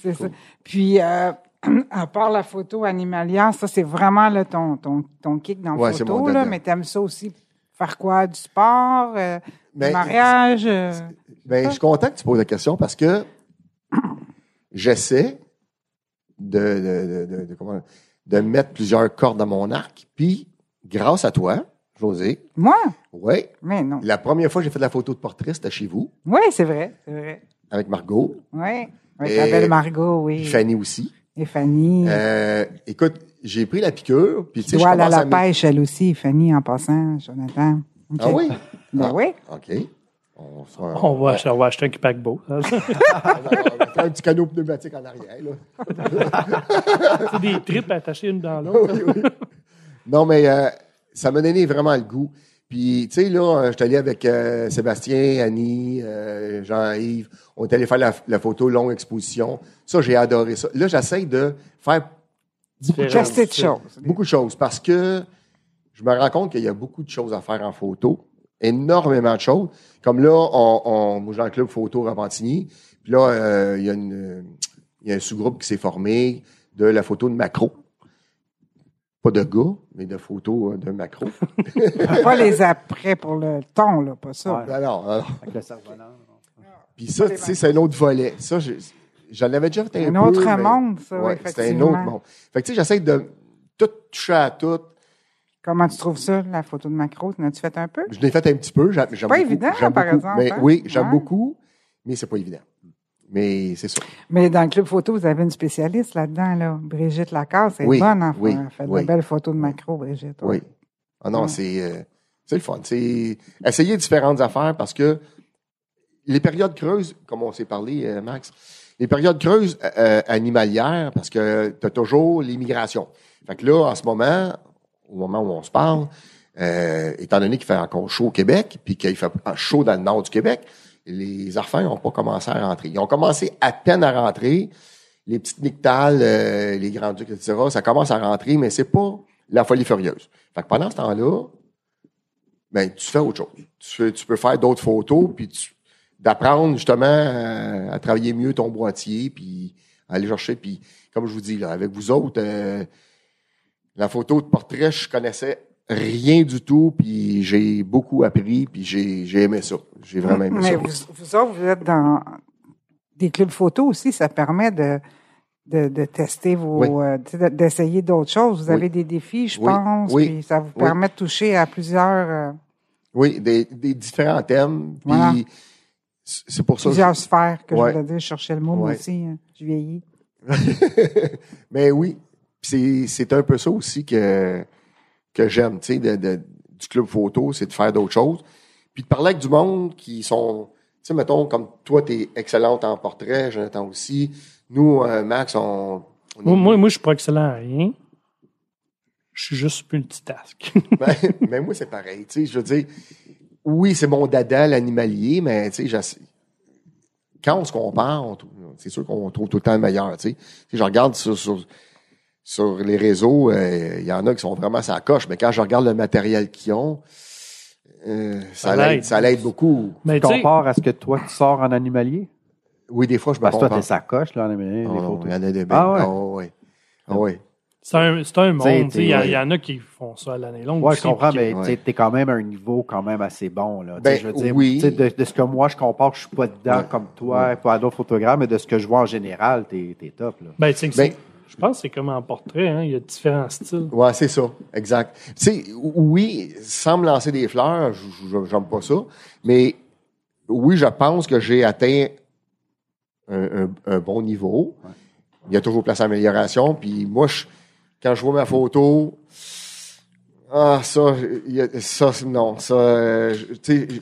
[SPEAKER 1] C'est ça. Puis, euh, à part la photo animalière, ça, c'est vraiment là, ton, ton, ton kick dans
[SPEAKER 3] Ouais, c'est
[SPEAKER 1] photo,
[SPEAKER 3] mon
[SPEAKER 1] là,
[SPEAKER 3] dada.
[SPEAKER 1] mais t'aimes ça aussi. Faire quoi? Du sport, euh,
[SPEAKER 3] Ben,
[SPEAKER 1] du mariage? euh,
[SPEAKER 3] Ben, je suis content que tu poses la question parce que j'essaie de, de, de, de- de- comment- de mettre plusieurs cordes à mon arc. Puis, grâce à toi, José,
[SPEAKER 1] Moi?
[SPEAKER 3] ouais,
[SPEAKER 1] Mais non.
[SPEAKER 3] la première fois que j'ai fait de la photo de portrait, c'était chez vous,
[SPEAKER 1] Oui, c'est vrai, c'est vrai.
[SPEAKER 3] avec Margot,
[SPEAKER 1] Oui. Avec
[SPEAKER 3] Et-
[SPEAKER 1] la belle Margot, oui.
[SPEAKER 3] puis Fanny aussi.
[SPEAKER 1] Et Fanny.
[SPEAKER 3] Euh, écoute, j'ai pris la piqûre, puis tu sais,
[SPEAKER 1] doit
[SPEAKER 3] je
[SPEAKER 1] aller à
[SPEAKER 3] commence
[SPEAKER 1] la
[SPEAKER 3] à me-
[SPEAKER 1] pêche, elle aussi, Fanny, en passant, Jonathan. OK.
[SPEAKER 3] Ah oui?
[SPEAKER 1] Ben
[SPEAKER 3] Ah.
[SPEAKER 1] oui.
[SPEAKER 3] OK. On, fera un-
[SPEAKER 2] On va, acheter- on va acheter un hein. kipac beau.
[SPEAKER 3] on va faire un petit canot pneumatique en arrière, là.
[SPEAKER 2] C'est des tripes attachées une dans l'autre.
[SPEAKER 3] Oui, oui. Non, mais euh, ça m'a donné vraiment le goût. Puis, tu sais, là, je suis allé avec euh, Sébastien, Annie, euh, Jean-Yves. On est allé faire la, la photo longue exposition. Ça, j'ai adoré ça. Là, j'essaie de faire
[SPEAKER 2] Différentes.
[SPEAKER 1] Just it shows.
[SPEAKER 3] beaucoup de choses parce que je me rends compte qu'il y a beaucoup de choses à faire en photo. Énormément de choses. Comme là, on, on moi, j'ai un club photo Repentigny. Puis là, euh, il y a une, il y a un sous-groupe qui s'est formé de la photo de macro. Pas de gars, mais de photos euh, de macro.
[SPEAKER 1] Pas les après pour le ton, là, pas ça.
[SPEAKER 4] Ouais.
[SPEAKER 3] Ben Alors, alors.
[SPEAKER 4] Avec le cerf-volant.
[SPEAKER 3] Puis ça, tu sais, c'est un autre volet. Ça, je- j'en avais déjà fait un,
[SPEAKER 1] Un
[SPEAKER 3] peu,
[SPEAKER 1] autre
[SPEAKER 3] mais-
[SPEAKER 1] monde, ça,
[SPEAKER 3] Ouais, c'était un
[SPEAKER 1] effectivement.
[SPEAKER 3] autre monde. Fait que tu sais, j'essaie de tout toucher à tout.
[SPEAKER 1] Comment tu trouves ça, la photo de macro? T'en as-tu fait un peu?
[SPEAKER 3] Je l'ai fait un petit peu. J'aime, j'aime
[SPEAKER 1] Pas
[SPEAKER 3] beaucoup,
[SPEAKER 1] évident,
[SPEAKER 3] j'aime
[SPEAKER 1] par
[SPEAKER 3] beaucoup.
[SPEAKER 1] exemple,
[SPEAKER 3] Mais
[SPEAKER 1] hein?
[SPEAKER 3] oui, j'aime
[SPEAKER 1] Ouais.
[SPEAKER 3] beaucoup, mais c'est pas évident. Mais c'est ça.
[SPEAKER 1] Mais dans le club photo, vous avez une spécialiste là-dedans, là. Brigitte Lacasse, c'est
[SPEAKER 3] Oui,
[SPEAKER 1] bonne, enfin.
[SPEAKER 3] oui,
[SPEAKER 1] elle fait
[SPEAKER 3] oui.
[SPEAKER 1] de belles photos de macro, Brigitte.
[SPEAKER 3] Oui.
[SPEAKER 1] ouais.
[SPEAKER 3] Ah non,
[SPEAKER 1] Ouais.
[SPEAKER 3] c'est, euh, c'est le fun. C'est essayer différentes affaires parce que les périodes creuses, comme on s'est parlé, euh, Max, les périodes creuses euh, animalières, parce que tu as toujours l'immigration. Fait que là, en ce moment, au moment où on se parle, euh, étant donné qu'il fait encore chaud au Québec, puis qu'il fait chaud dans le nord du Québec, les enfants n'ont pas commencé à rentrer. Ils ont commencé à peine à rentrer. Les petites nictales, euh, les grands ducs, etc., ça commence à rentrer, mais c'est pas la folie furieuse. Fait que pendant ce temps-là, ben, tu fais autre chose. Tu, fais- tu peux faire d'autres photos, puis tu- d'apprendre justement à, à travailler mieux ton boîtier, puis à aller chercher. Puis comme je vous dis, là, avec vous autres, euh, la photo de portrait, je connaissais rien du tout, puis j'ai beaucoup appris, puis j'ai j'ai aimé ça. J'ai vraiment aimé
[SPEAKER 1] Mais
[SPEAKER 3] ça.
[SPEAKER 1] vous, vous autres, vous êtes dans des clubs photo aussi, ça permet de, de, de tester vos.
[SPEAKER 3] Oui.
[SPEAKER 1] euh, tu sais, de- d'essayer d'autres choses. Vous
[SPEAKER 3] Oui.
[SPEAKER 1] avez des défis, je
[SPEAKER 3] Oui,
[SPEAKER 1] pense,
[SPEAKER 3] oui,
[SPEAKER 1] puis ça vous
[SPEAKER 3] oui.
[SPEAKER 1] permet de toucher à plusieurs, euh,
[SPEAKER 3] Oui, des, des différents thèmes, puis
[SPEAKER 1] Voilà.
[SPEAKER 3] c'est c'est pour ça que je-
[SPEAKER 1] plusieurs sphères que
[SPEAKER 3] Ouais.
[SPEAKER 1] hein. je voulais dire, je cherchais le mot moi
[SPEAKER 3] Ouais.
[SPEAKER 1] aussi, hein. je vieillis.
[SPEAKER 3] Mais Ben oui, Puis c'est- c'est un peu ça aussi que, que j'aime, tu sais, de- de- du club photo, c'est de faire d'autres choses. Puis de parler avec du monde qui sont, tu sais, mettons, comme toi, t'es excellente en portrait, Jonathan aussi. Nous, euh, Max, on... on
[SPEAKER 2] Moi,
[SPEAKER 3] est-
[SPEAKER 2] moi, moi, je suis pas excellent à rien. Je suis juste multitask.
[SPEAKER 3] Ben, mais moi, c'est pareil. Tu sais, je veux dire, oui, c'est mon dada, l'animalier, mais tu sais, j'ass- quand on se compare, on trou- c'est sûr qu'on trouve tout le temps le meilleur. Tu sais, Tu sais, je regarde sur, sur, sur les réseaux, euh, il y en a qui sont vraiment ça coche, mais quand je regarde le matériel qu'ils ont, euh, ça
[SPEAKER 2] Ça
[SPEAKER 3] l'aide,
[SPEAKER 2] l'aide.
[SPEAKER 3] ça l'aide beaucoup.
[SPEAKER 2] Mais
[SPEAKER 4] Tu
[SPEAKER 2] tu sais,
[SPEAKER 4] compares à ce que toi, tu sors en animalier?
[SPEAKER 3] Oui, des fois, je me
[SPEAKER 4] Parce que toi,
[SPEAKER 3] compare.
[SPEAKER 4] t'es sacoche, là, en animalier,
[SPEAKER 3] Oh,
[SPEAKER 4] les
[SPEAKER 3] non,
[SPEAKER 4] photos.
[SPEAKER 3] il y en a des belles.
[SPEAKER 4] Ah ouais.
[SPEAKER 3] Ah ouais. Ah ouais.
[SPEAKER 2] c'est un, c'est un monde.
[SPEAKER 4] T'sais,
[SPEAKER 2] tu sais, Il y, a-
[SPEAKER 4] t'es-
[SPEAKER 2] il y en a qui font ça à l'année longue.
[SPEAKER 4] Ouais,
[SPEAKER 2] aussi,
[SPEAKER 4] je comprends,
[SPEAKER 2] puis
[SPEAKER 4] mais
[SPEAKER 2] qui-
[SPEAKER 4] tu sais, t'es quand même à un niveau quand même assez bon. Là. Tu sais,
[SPEAKER 3] Ben,
[SPEAKER 4] je veux dire,
[SPEAKER 3] oui.
[SPEAKER 4] tu sais, de, de ce que moi je compare, je suis pas dedans
[SPEAKER 3] Ouais.
[SPEAKER 4] comme toi, pas à d'autres photographes, mais de ce que je vois en général, t'es es top. Là.
[SPEAKER 2] Ben, tu sais que
[SPEAKER 3] Ben-
[SPEAKER 2] c'est- je pense que c'est comme en portrait. hein, Il y a différents styles.
[SPEAKER 3] Ouais, c'est ça, exact. Tu sais, oui, sans me lancer des fleurs, j- j- j'aime pas ça, mais oui, je pense que j'ai atteint un, un- un bon niveau. Il y a toujours place à amélioration. Puis moi, je- quand je vois ma photo, ah, ça, il y a- ça, c'est- non, ça, euh, je- tu sais, je-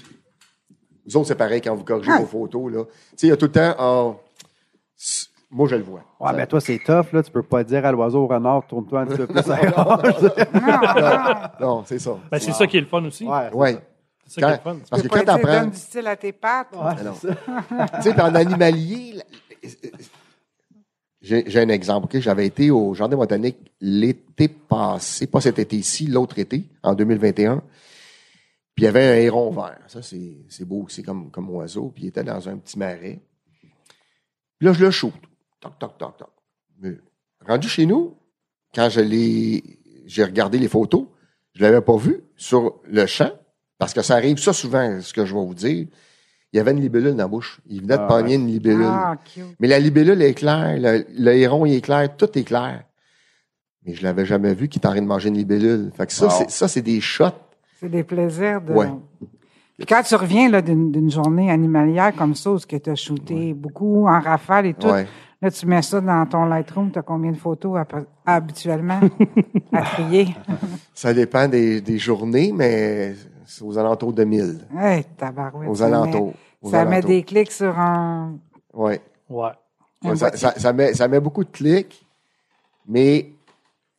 [SPEAKER 3] vous autres, c'est pareil quand vous corrigez
[SPEAKER 2] Ah.
[SPEAKER 1] Ouais.
[SPEAKER 3] vos photos, là. Tu sais, il y a tout le temps, ah, c'est- moi, je le vois.
[SPEAKER 4] Ouais, mais toi, c'est tough, là. Tu peux pas dire à l'oiseau au renard, tourne-toi un petit peu plus ailleurs.
[SPEAKER 1] Non, non.
[SPEAKER 3] Non, c'est ça.
[SPEAKER 2] Ben, c'est ça qui est le fun aussi.
[SPEAKER 4] Ouais.
[SPEAKER 3] Ouais.
[SPEAKER 2] C'est ça qui est le
[SPEAKER 3] Quand-
[SPEAKER 2] fun.
[SPEAKER 3] parce
[SPEAKER 1] Tu
[SPEAKER 3] que
[SPEAKER 1] peux
[SPEAKER 3] quand
[SPEAKER 1] pas dire,
[SPEAKER 3] t'apprends-
[SPEAKER 1] donne du style à tes pattes.
[SPEAKER 3] non. tu sais, puis en animalier, la- j'ai j'ai un exemple. ok? J'avais été au Jardin botanique l'été passé, pas cet été ici, l'autre été, en 2021. Puis il y avait un héron vert. Ça, c'est c'est beau aussi comme, comme oiseau. Puis il était dans un petit marais. Puis là, je le shoot. Toc, toc, toc, toc. Mais rendu chez nous, quand je l'ai, j'ai regardé les photos, je l'avais pas vu sur le champ, parce que ça arrive ça souvent, ce que je vais vous dire. Il y avait une libellule dans la bouche. Il venait de
[SPEAKER 4] Ah,
[SPEAKER 3] pogner une libellule.
[SPEAKER 1] Ah, cute.
[SPEAKER 3] Mais la libellule est claire, le, le héron il est clair, tout est clair. Mais je l'avais jamais vu qui était en train de manger une libellule. Fait que ça,
[SPEAKER 4] Wow.
[SPEAKER 3] c'est, ça, c'est des shots.
[SPEAKER 1] C'est des plaisirs de.
[SPEAKER 3] Ouais.
[SPEAKER 1] Puis quand tu reviens là, d'une, d'une journée animalière comme ça, où tu as shooté beaucoup en rafale et tout,
[SPEAKER 3] Ouais.
[SPEAKER 1] là, tu mets ça dans ton Lightroom, tu as combien de photos à peu- habituellement à trier?
[SPEAKER 3] Ça dépend des, des journées, mais c'est aux alentours de 1000.
[SPEAKER 1] hey, tabarouette.
[SPEAKER 3] aux
[SPEAKER 1] ça met-
[SPEAKER 3] alentours. aux
[SPEAKER 1] ça met
[SPEAKER 3] alentours.
[SPEAKER 1] des clics sur un.
[SPEAKER 3] Ouais.
[SPEAKER 2] Ouais.
[SPEAKER 1] un
[SPEAKER 3] Ouais, ça,
[SPEAKER 1] boîtier.
[SPEAKER 3] ça- ça met, ça met beaucoup de clics, mais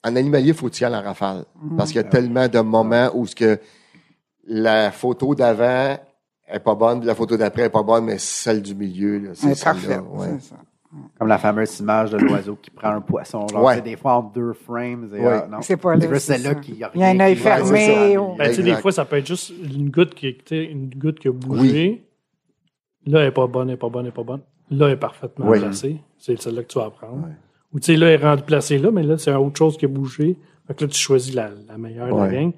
[SPEAKER 3] en animalier, il faut tirer en rafale. Parce qu'il y a tellement de moments où ce que la photo d'avant est pas bonne, puis la photo d'après est pas bonne, mais celle du milieu, là, c'est
[SPEAKER 1] Ouais,
[SPEAKER 3] celle-là,
[SPEAKER 1] parfait.
[SPEAKER 3] ouais.
[SPEAKER 1] C'est ça.
[SPEAKER 4] Comme la fameuse image de l'oiseau qui prend un poisson. Genre,
[SPEAKER 3] Ouais.
[SPEAKER 4] tu sais, Des fois, entre deux frames. Et,
[SPEAKER 3] Ouais.
[SPEAKER 4] ah, non.
[SPEAKER 1] C'est pas là,
[SPEAKER 4] Tu veux
[SPEAKER 1] c'est
[SPEAKER 4] celle-là
[SPEAKER 1] ça.
[SPEAKER 4] qui y a
[SPEAKER 1] Il y a
[SPEAKER 4] rien
[SPEAKER 1] un œil
[SPEAKER 4] qui-
[SPEAKER 1] fermé,
[SPEAKER 4] Ouais, c'est ça.
[SPEAKER 1] ou-
[SPEAKER 2] Ben, tu sais, des
[SPEAKER 3] Exact.
[SPEAKER 2] fois, ça peut être juste une goutte qui, tu sais, une goutte qui a bougé. Là, elle n'est pas bonne, elle n'est pas bonne, elle n'est pas bonne. Là, elle est parfaitement
[SPEAKER 3] Oui.
[SPEAKER 2] placée. C'est celle-là que tu vas prendre. Ou tu sais, là, elle est rendue placée là, mais là, c'est autre chose qui a bougé. Fait que là, tu choisis la, la meilleure de la
[SPEAKER 3] Ouais.
[SPEAKER 2] gang.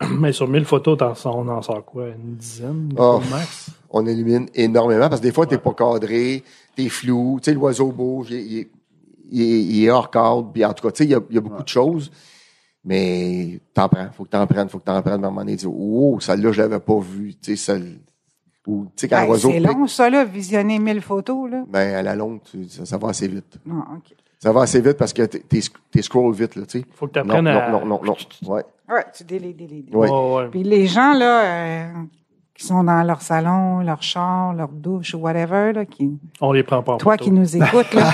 [SPEAKER 2] Mais sur 1000 photos, t'en sors- on en sort quoi? Une dizaine,
[SPEAKER 3] Oh.
[SPEAKER 2] au max?
[SPEAKER 3] on élimine énormément parce que des fois, t'es pas cadré, t'es flou, tu sais, l'oiseau bouge, il, est- il est- il est- il est hors cadre, puis en tout cas, tu sais, il y a, il y a beaucoup de choses, mais t'en prends, faut que t'en prennes, faut que t'en prennes, mais à un moment donné, tu dis, wow, celle-là, je l'avais pas vue, tu sais, celle, ou, tu sais, quand
[SPEAKER 1] Hey,
[SPEAKER 3] l'oiseau
[SPEAKER 1] c'est
[SPEAKER 3] pique,
[SPEAKER 1] long, ça, là, visionner 1000 photos, là.
[SPEAKER 3] ben, à la longue, tu- ça, ça va assez vite.
[SPEAKER 1] Non, OK.
[SPEAKER 3] Ça va assez vite parce que t'es, t'es, sc- t'es scroll vite, là, tu sais.
[SPEAKER 2] Faut que
[SPEAKER 3] Non,
[SPEAKER 2] t'apprennes à...
[SPEAKER 3] non, non, non, non, ouais,
[SPEAKER 1] Ouais, tu délies, délies, délies.
[SPEAKER 3] ouais.
[SPEAKER 2] Ouais, ouais.
[SPEAKER 1] Puis les gens, là, euh, qui sont dans leur salon, leur char, leur douche ou whatever, là, qui,
[SPEAKER 2] On les prend pas en
[SPEAKER 1] toi
[SPEAKER 2] photo.
[SPEAKER 1] qui nous écoutes, là,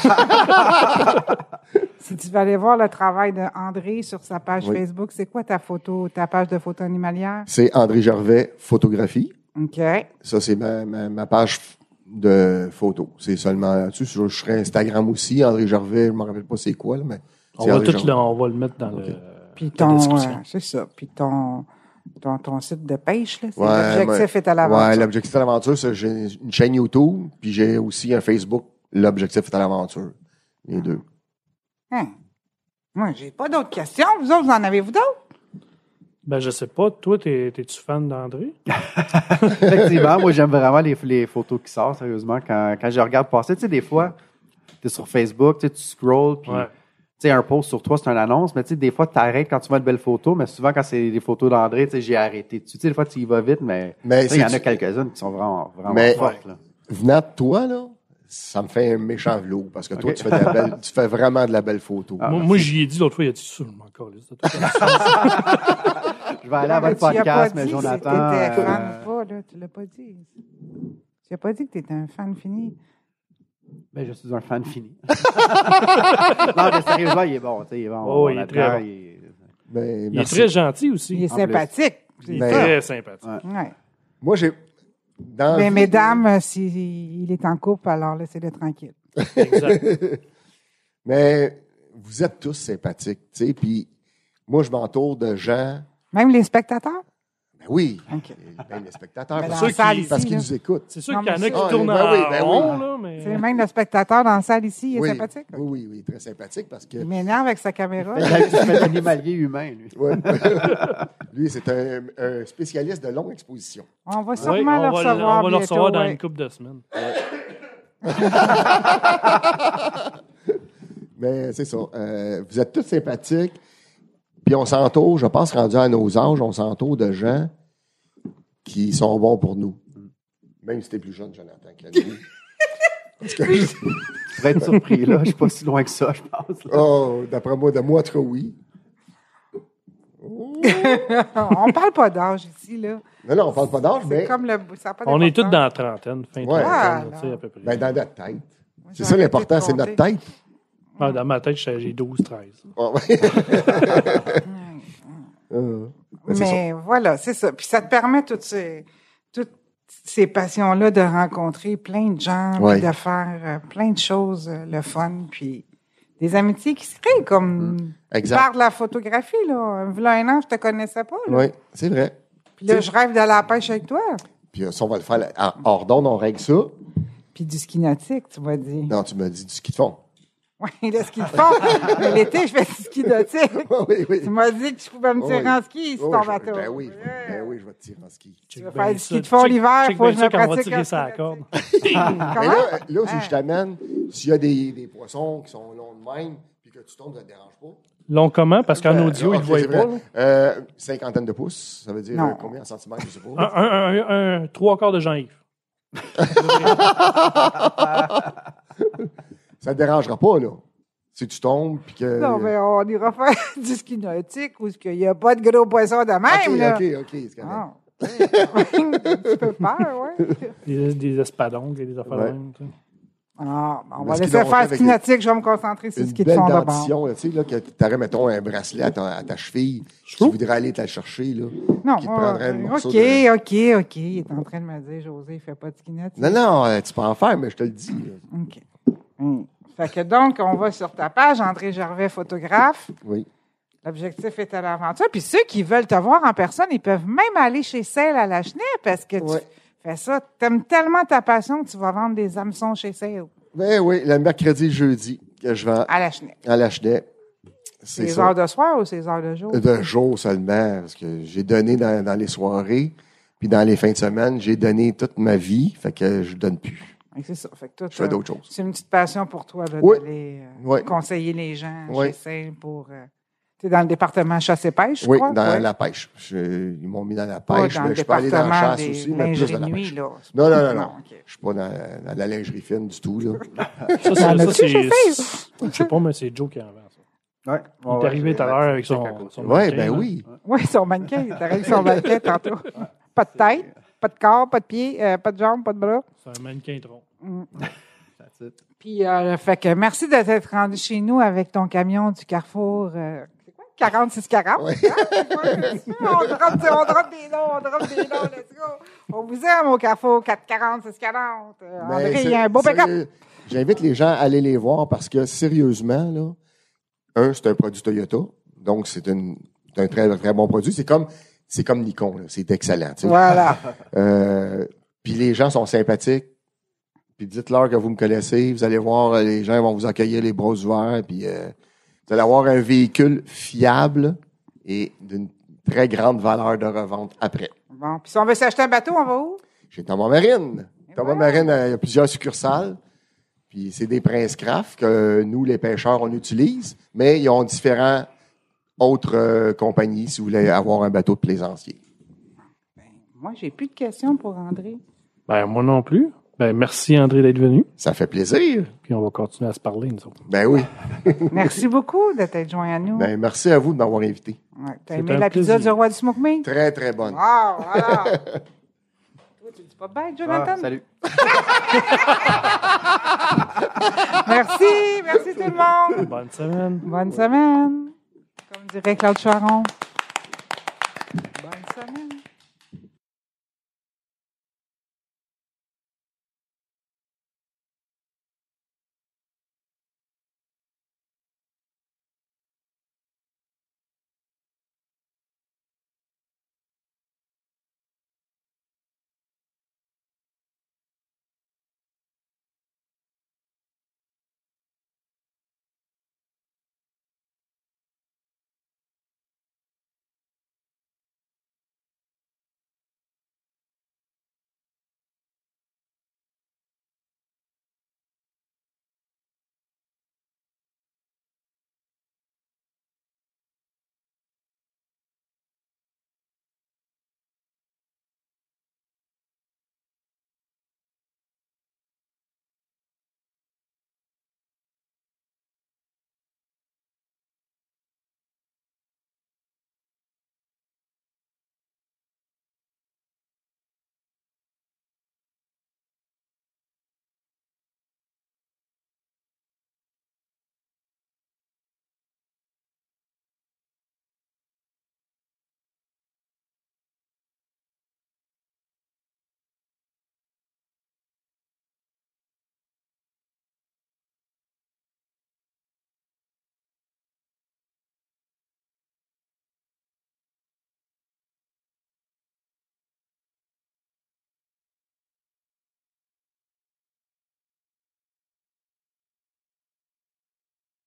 [SPEAKER 1] si tu vas aller voir le travail de André sur sa page
[SPEAKER 3] Oui.
[SPEAKER 1] Facebook, c'est quoi ta photo, ta page de photo animalière?
[SPEAKER 3] C'est André Gervais, photographie.
[SPEAKER 1] OK.
[SPEAKER 3] Ça, c'est ma, ma, ma page de photos. C'est seulement là-dessus. Je, je serais Instagram aussi. André Gervais, je me rappelle pas c'est quoi, là, mais.
[SPEAKER 2] On
[SPEAKER 3] c'est
[SPEAKER 2] va
[SPEAKER 3] André
[SPEAKER 2] tout
[SPEAKER 3] Gervais.
[SPEAKER 2] le, on va le mettre dans le...
[SPEAKER 1] Puis
[SPEAKER 2] la
[SPEAKER 1] ton,
[SPEAKER 2] description.
[SPEAKER 1] euh, c'est ça. Puis ton, ton, ton site de pêche, là, c'est
[SPEAKER 3] Ouais,
[SPEAKER 1] l'objectif
[SPEAKER 3] mais-
[SPEAKER 1] est à
[SPEAKER 3] Ouais,
[SPEAKER 1] l'avance.
[SPEAKER 3] l'objectif à l'aventure, c'est que j'ai une chaîne YouTube, puis j'ai aussi un Facebook. L'objectif est à l'aventure. Les deux.
[SPEAKER 1] Hein. Moi, j'ai pas d'autres questions. Vous autres, vous en avez-vous d'autres?
[SPEAKER 2] Ben, je sais pas. Toi, t'es- t'es-tu fan d'André?
[SPEAKER 4] Effectivement, moi j'aime vraiment les, les photos qui sortent, sérieusement, quand, quand je regarde passer. Tu sais, des fois, tu es sur Facebook, tu sais, tu scrolls, puis
[SPEAKER 2] Ouais.
[SPEAKER 4] tu sais, un post sur toi, c'est une annonce, mais tu sais, des fois, tu arrêtes quand tu vois une belle photo, mais souvent, quand c'est des photos d'André, tu sais, j'ai arrêté. Tu sais, des fois, tu y vas vite, mais
[SPEAKER 3] Mais
[SPEAKER 4] tu sais, il y en
[SPEAKER 3] c'est-
[SPEAKER 4] a quelques-unes qui sont vraiment, vraiment
[SPEAKER 3] Mais-
[SPEAKER 4] fortes. là.
[SPEAKER 3] Venant de toi, là, Ça me fait un méchant vlog parce que toi, tu fais, de la belle- tu fais vraiment de la belle photo.
[SPEAKER 2] moi, moi, j'y ai dit l'autre fois, il a dit ça, je m'en calisse de toi.
[SPEAKER 4] Je vais aller à votre
[SPEAKER 1] tu y as pas
[SPEAKER 4] podcast, mais
[SPEAKER 1] dit si
[SPEAKER 4] Jonathan.
[SPEAKER 1] t'étais
[SPEAKER 4] euh,
[SPEAKER 1] fan ou pas, là. Tu l'as pas dit. Tu n'as pas dit que tu étais un fan fini.
[SPEAKER 4] ben, je suis un fan fini. non, mais sérieusement, il est bon. tu sais, Il est bon.
[SPEAKER 2] Oh, il est
[SPEAKER 4] là-dedans,
[SPEAKER 2] très bon.
[SPEAKER 4] il est-
[SPEAKER 3] Ben,
[SPEAKER 2] Il est
[SPEAKER 3] merci.
[SPEAKER 2] très gentil aussi.
[SPEAKER 1] Il est
[SPEAKER 4] En plus. euh,
[SPEAKER 1] sympathique.
[SPEAKER 2] Il est
[SPEAKER 3] Ben,
[SPEAKER 2] très sympathique.
[SPEAKER 4] Ouais.
[SPEAKER 1] Ouais.
[SPEAKER 3] Moi, j'ai.
[SPEAKER 2] Ah,
[SPEAKER 3] Dans
[SPEAKER 1] Mais mesdames, euh, s'il est en couple, alors laissez-le tranquille.
[SPEAKER 2] Exact.
[SPEAKER 3] Mais vous êtes tous sympathiques, tu sais. Puis moi, je m'entoure de gens.
[SPEAKER 1] Même les spectateurs?
[SPEAKER 3] Ben oui,
[SPEAKER 1] OK.
[SPEAKER 3] même les spectateurs.
[SPEAKER 1] Ben,
[SPEAKER 3] parce
[SPEAKER 1] dans la
[SPEAKER 2] ceux
[SPEAKER 1] salle
[SPEAKER 2] qui-
[SPEAKER 1] ici,
[SPEAKER 3] parce qu'ils
[SPEAKER 1] là.
[SPEAKER 3] nous écoutent.
[SPEAKER 2] C'est sûr
[SPEAKER 1] Non,
[SPEAKER 2] qu'il y en
[SPEAKER 1] mais
[SPEAKER 2] a
[SPEAKER 3] ça-
[SPEAKER 2] qui tournent
[SPEAKER 3] Ah,
[SPEAKER 2] en
[SPEAKER 3] oui, ben oui.
[SPEAKER 2] rond, là,
[SPEAKER 1] Tu sais,
[SPEAKER 2] mais...
[SPEAKER 1] Même le spectateur dans la salle ici, il est
[SPEAKER 3] oui.
[SPEAKER 1] sympathique.
[SPEAKER 3] Oui, oui, oui, très sympathique parce que.
[SPEAKER 1] Il m'énerve avec sa caméra.
[SPEAKER 4] Il fait un animalier humain, lui.
[SPEAKER 3] Ouais. Lui, c'est un, un spécialiste de longue exposition.
[SPEAKER 1] On va
[SPEAKER 2] Oui,
[SPEAKER 1] sûrement le
[SPEAKER 2] on, va, le-
[SPEAKER 1] recevoir
[SPEAKER 2] on va le
[SPEAKER 1] bientôt,
[SPEAKER 2] recevoir dans
[SPEAKER 1] ouais.
[SPEAKER 2] une couple de semaines.
[SPEAKER 3] Mais c'est ça. euh, vous êtes tous sympathiques. Puis on s'entoure, je pense, rendu à nos âges, on s'entoure de gens qui sont bons pour nous. Même si t'es plus jeune, Jonathan, que lui. Parce que-
[SPEAKER 4] Pour être surpris, là, je suis pas si loin que ça, je pense. là.
[SPEAKER 3] oh, d'après moi, de moi, en tout cas, oui.
[SPEAKER 1] on parle pas d'âge ici, là.
[SPEAKER 3] Non, non, on parle pas d'âge,
[SPEAKER 1] C'est
[SPEAKER 3] mais
[SPEAKER 1] comme le... ça a pas
[SPEAKER 2] Ah, On est tous
[SPEAKER 1] d'importance.
[SPEAKER 2] dans la trentaine, fin
[SPEAKER 3] Ouais.
[SPEAKER 2] trentaine,
[SPEAKER 1] Ah,
[SPEAKER 2] tu sais,
[SPEAKER 1] non.
[SPEAKER 2] à peu près.
[SPEAKER 3] ben, dans notre tête.
[SPEAKER 1] Moi, j'ai
[SPEAKER 3] C'est ça
[SPEAKER 1] arrêté
[SPEAKER 3] l'important,
[SPEAKER 1] de
[SPEAKER 3] c'est
[SPEAKER 1] compter.
[SPEAKER 3] notre tête.
[SPEAKER 2] Ah, dans ma tête, j'ai 12, 13.
[SPEAKER 3] Ah, ouais. Ben, c'est
[SPEAKER 1] Mais voilà, c'est ça. Puis ça te permet toutes ces, toutes ces passions-là de rencontrer plein de gens, puis
[SPEAKER 3] Ouais.
[SPEAKER 1] de faire euh, plein de choses, euh, le fun, puis des amitiés qui se créent, comme
[SPEAKER 3] Mm. Exact.
[SPEAKER 1] par de la photographie. Là. V'là un an, je te connaissais pas. Là.
[SPEAKER 3] Oui, c'est vrai.
[SPEAKER 1] Puis là, je rêve d'aller à la pêche avec toi.
[SPEAKER 3] Puis euh, ça, on va le faire à Ordonne, on règle ça.
[SPEAKER 1] Puis du ski nautique, tu m'as dit.
[SPEAKER 3] Non, tu me dis du ski de fond.
[SPEAKER 1] Oui, là, ski de fond. Mais L'été, je fais du ski nautique.
[SPEAKER 3] oui, oui.
[SPEAKER 1] Tu m'as dit que je pouvais me
[SPEAKER 3] Oh,
[SPEAKER 1] tirer
[SPEAKER 3] oui.
[SPEAKER 1] en ski sur
[SPEAKER 3] Oh,
[SPEAKER 1] ton
[SPEAKER 3] je-
[SPEAKER 1] bateau.
[SPEAKER 3] Ben oui, je- ben oui, je vais te tirer en ski.
[SPEAKER 1] Tu
[SPEAKER 2] Check
[SPEAKER 1] vas
[SPEAKER 2] bien
[SPEAKER 1] faire du ski
[SPEAKER 2] ça.
[SPEAKER 1] de fond
[SPEAKER 2] Check-
[SPEAKER 1] l'hiver,
[SPEAKER 2] check
[SPEAKER 1] faut que
[SPEAKER 2] bien
[SPEAKER 1] je
[SPEAKER 2] ça
[SPEAKER 1] me
[SPEAKER 2] quand on va
[SPEAKER 1] pratique
[SPEAKER 2] tirer
[SPEAKER 1] en
[SPEAKER 2] ça à la
[SPEAKER 1] ski
[SPEAKER 2] corde.
[SPEAKER 3] Mais
[SPEAKER 1] Comment?
[SPEAKER 3] là, là, si
[SPEAKER 1] Ah.
[SPEAKER 3] je t'amène, s'il y a des, des poissons qui sont longs de même, puis que tu tombes, ça te dérange pas.
[SPEAKER 2] Long comment? Parce qu'en
[SPEAKER 1] Ben,
[SPEAKER 3] Euh,
[SPEAKER 2] audio,
[SPEAKER 3] ok,
[SPEAKER 2] ils ne voient
[SPEAKER 3] c'est
[SPEAKER 2] pas.
[SPEAKER 3] vrai.
[SPEAKER 2] là.
[SPEAKER 3] Euh, cinquantaine de pouces, ça veut dire
[SPEAKER 1] Non.
[SPEAKER 3] euh, combien en centimètres, je sais pas.
[SPEAKER 2] Un, un, un, un- trois quarts de Jean-Yves.
[SPEAKER 3] Ça te dérangera pas, là. Si tu tombes, puis que...
[SPEAKER 1] Non, mais on ira faire du ski nautique où il n'y a pas de gros poissons de même.
[SPEAKER 3] OK,
[SPEAKER 1] là. Ah,
[SPEAKER 3] OK, OK, c'est correct.
[SPEAKER 1] Non. un petit peu peur, oui.
[SPEAKER 2] Des, des espadons, des affaires
[SPEAKER 3] Ouais.
[SPEAKER 2] de même. tu sais.
[SPEAKER 1] Ah, ben, on
[SPEAKER 3] Le
[SPEAKER 1] va
[SPEAKER 3] ski
[SPEAKER 1] laisser
[SPEAKER 3] nautique
[SPEAKER 1] faire
[SPEAKER 3] avec
[SPEAKER 1] ski
[SPEAKER 3] une-
[SPEAKER 1] nautique. Je vais me concentrer sur
[SPEAKER 3] Une
[SPEAKER 1] ce qui
[SPEAKER 3] belle
[SPEAKER 1] font d'abord.
[SPEAKER 3] dentition, là, tu sais, là, que t'aurais, mettons, un bracelet à ta, à ta cheville, qui voudrait aller te le chercher, là.
[SPEAKER 1] Non,
[SPEAKER 3] qui te
[SPEAKER 1] on-
[SPEAKER 3] prendrait un
[SPEAKER 1] OK,
[SPEAKER 3] morceau de-
[SPEAKER 1] OK, OK. Il est en train de me dire, José, il fait pas de ski nautique.
[SPEAKER 3] Non, non, euh, tu peux en faire, mais je te le dis. là.
[SPEAKER 1] OK. Hmm. Fait que donc, on va sur ta page, André Gervais, photographe.
[SPEAKER 3] Oui.
[SPEAKER 1] L'objectif est à l'aventure. Puis ceux qui veulent te voir en personne, ils peuvent même aller chez Sale à la Chenet parce que tu
[SPEAKER 3] Ouais.
[SPEAKER 1] fais ça. T'aimes tellement ta passion que tu vas vendre des hameçons chez Sale
[SPEAKER 3] Ben oui, le mercredi, jeudi, que je vends
[SPEAKER 1] à la Chenet.
[SPEAKER 3] à l'HD. C'est
[SPEAKER 1] Ces
[SPEAKER 3] ça. Euh,
[SPEAKER 1] heures de soir ou ces heures de jour?
[SPEAKER 3] De jour seulement, parce que j'ai donné dans, dans les soirées, puis dans les fins de semaine, j'ai donné toute ma vie, fait que je donne plus.
[SPEAKER 1] Fait que C'est ça. Fait que toi,
[SPEAKER 3] Je fais
[SPEAKER 1] t'as-
[SPEAKER 3] d'autres choses.
[SPEAKER 1] C'est une petite passion pour toi là,
[SPEAKER 3] Oui.
[SPEAKER 1] d'aller euh,
[SPEAKER 3] Oui.
[SPEAKER 1] conseiller les gens
[SPEAKER 3] Oui.
[SPEAKER 1] chez Sale pour. euh, T'es dans le département chasse et pêche, je
[SPEAKER 3] Oui,
[SPEAKER 1] crois?
[SPEAKER 3] dans
[SPEAKER 1] Ouais.
[SPEAKER 3] la pêche. Je- ils m'ont mis dans la
[SPEAKER 1] Pas
[SPEAKER 3] pêche,
[SPEAKER 1] dans le
[SPEAKER 3] mais je peux aller dans la
[SPEAKER 1] département
[SPEAKER 3] chasse
[SPEAKER 1] des
[SPEAKER 3] aussi, mais plus
[SPEAKER 1] lingeries
[SPEAKER 3] dans la
[SPEAKER 1] nuit,
[SPEAKER 3] pêche.
[SPEAKER 1] là.
[SPEAKER 3] Non, non, non, non.
[SPEAKER 1] ok.
[SPEAKER 3] Je suis pas dans, dans la lingerie fine du tout, là.
[SPEAKER 2] Ça, c'est-
[SPEAKER 1] a-tu
[SPEAKER 2] ça, c'est.
[SPEAKER 1] chez
[SPEAKER 2] Je sais pas, mais c'est Joe qui en vend ça.
[SPEAKER 4] Ouais.
[SPEAKER 2] Il est arrivé tout à l'heure avec son. son
[SPEAKER 3] ouais,
[SPEAKER 2] mannequin,
[SPEAKER 3] ben
[SPEAKER 2] là.
[SPEAKER 3] oui.
[SPEAKER 1] Oui, son mannequin. T'as raison, son mannequin tantôt. Pas de tête, pas de corps, pas de pieds, euh, pas de jambes, pas de bras.
[SPEAKER 2] C'est un mannequin tronc.
[SPEAKER 1] Puis, euh, fait que merci de t'être rendu chez nous avec ton camion du Carrefour. Euh, c'est quoi? 4640. Hein? C'est quoi que tu fais? on drop, on drop des noms, on drop des noms, let's go. On vous aime au Carrefour 440-640. Euh,
[SPEAKER 3] Mais
[SPEAKER 1] André, il y
[SPEAKER 3] Ben, c'est-
[SPEAKER 1] a un beau
[SPEAKER 3] c'est-
[SPEAKER 1] pick-up.
[SPEAKER 3] J'invite les gens à aller les voir parce que sérieusement, là, un, c'est un produit Toyota, donc c'est une- c'est un très, très bon produit. C'est comme, c'est comme Nikon, là, c'est excellent. tu sais.
[SPEAKER 1] Voilà.
[SPEAKER 3] Euh, puis les gens sont sympathiques. Puis dites-leur que vous me connaissez. Vous allez voir, euh, les gens vont vous accueillir les bras ouverts. Puis euh, vous allez avoir un véhicule fiable et d'une très grande valeur de revente après.
[SPEAKER 1] Bon, puis si on veut s'acheter un bateau, on va où?
[SPEAKER 3] J'ai Thomas Marine.
[SPEAKER 1] Et
[SPEAKER 3] Thomas
[SPEAKER 1] voilà.
[SPEAKER 3] Marine, euh, il y a plusieurs succursales. Puis c'est des Prince Craft que euh, nous, les pêcheurs, on utilise. Mais ils ont différents autres euh, compagnies si vous voulez avoir un bateau de plaisancier.
[SPEAKER 1] Moi, j'ai plus de questions pour André.
[SPEAKER 2] Ben, moi non plus. Ben, merci André d'être venu.
[SPEAKER 3] Ça fait plaisir.
[SPEAKER 2] Puis on va continuer à se parler, nous autres.
[SPEAKER 3] Ben oui.
[SPEAKER 1] Merci beaucoup de t'être joint à nous.
[SPEAKER 3] Ben, merci à vous de m'avoir invité.
[SPEAKER 1] Ouais, T'as
[SPEAKER 2] c'est
[SPEAKER 1] aimé
[SPEAKER 2] un
[SPEAKER 1] la pizza du
[SPEAKER 2] plaisir.
[SPEAKER 1] roi du smoke meat?
[SPEAKER 3] Très, très bonne.
[SPEAKER 1] Wow, voilà. Toi, tu le dis pas bête, Jonathan?
[SPEAKER 4] Ah, salut.
[SPEAKER 1] Merci, merci tout le monde.
[SPEAKER 2] Bonne semaine.
[SPEAKER 1] Bonne semaine. Comme dirait Claude Charon. Bye.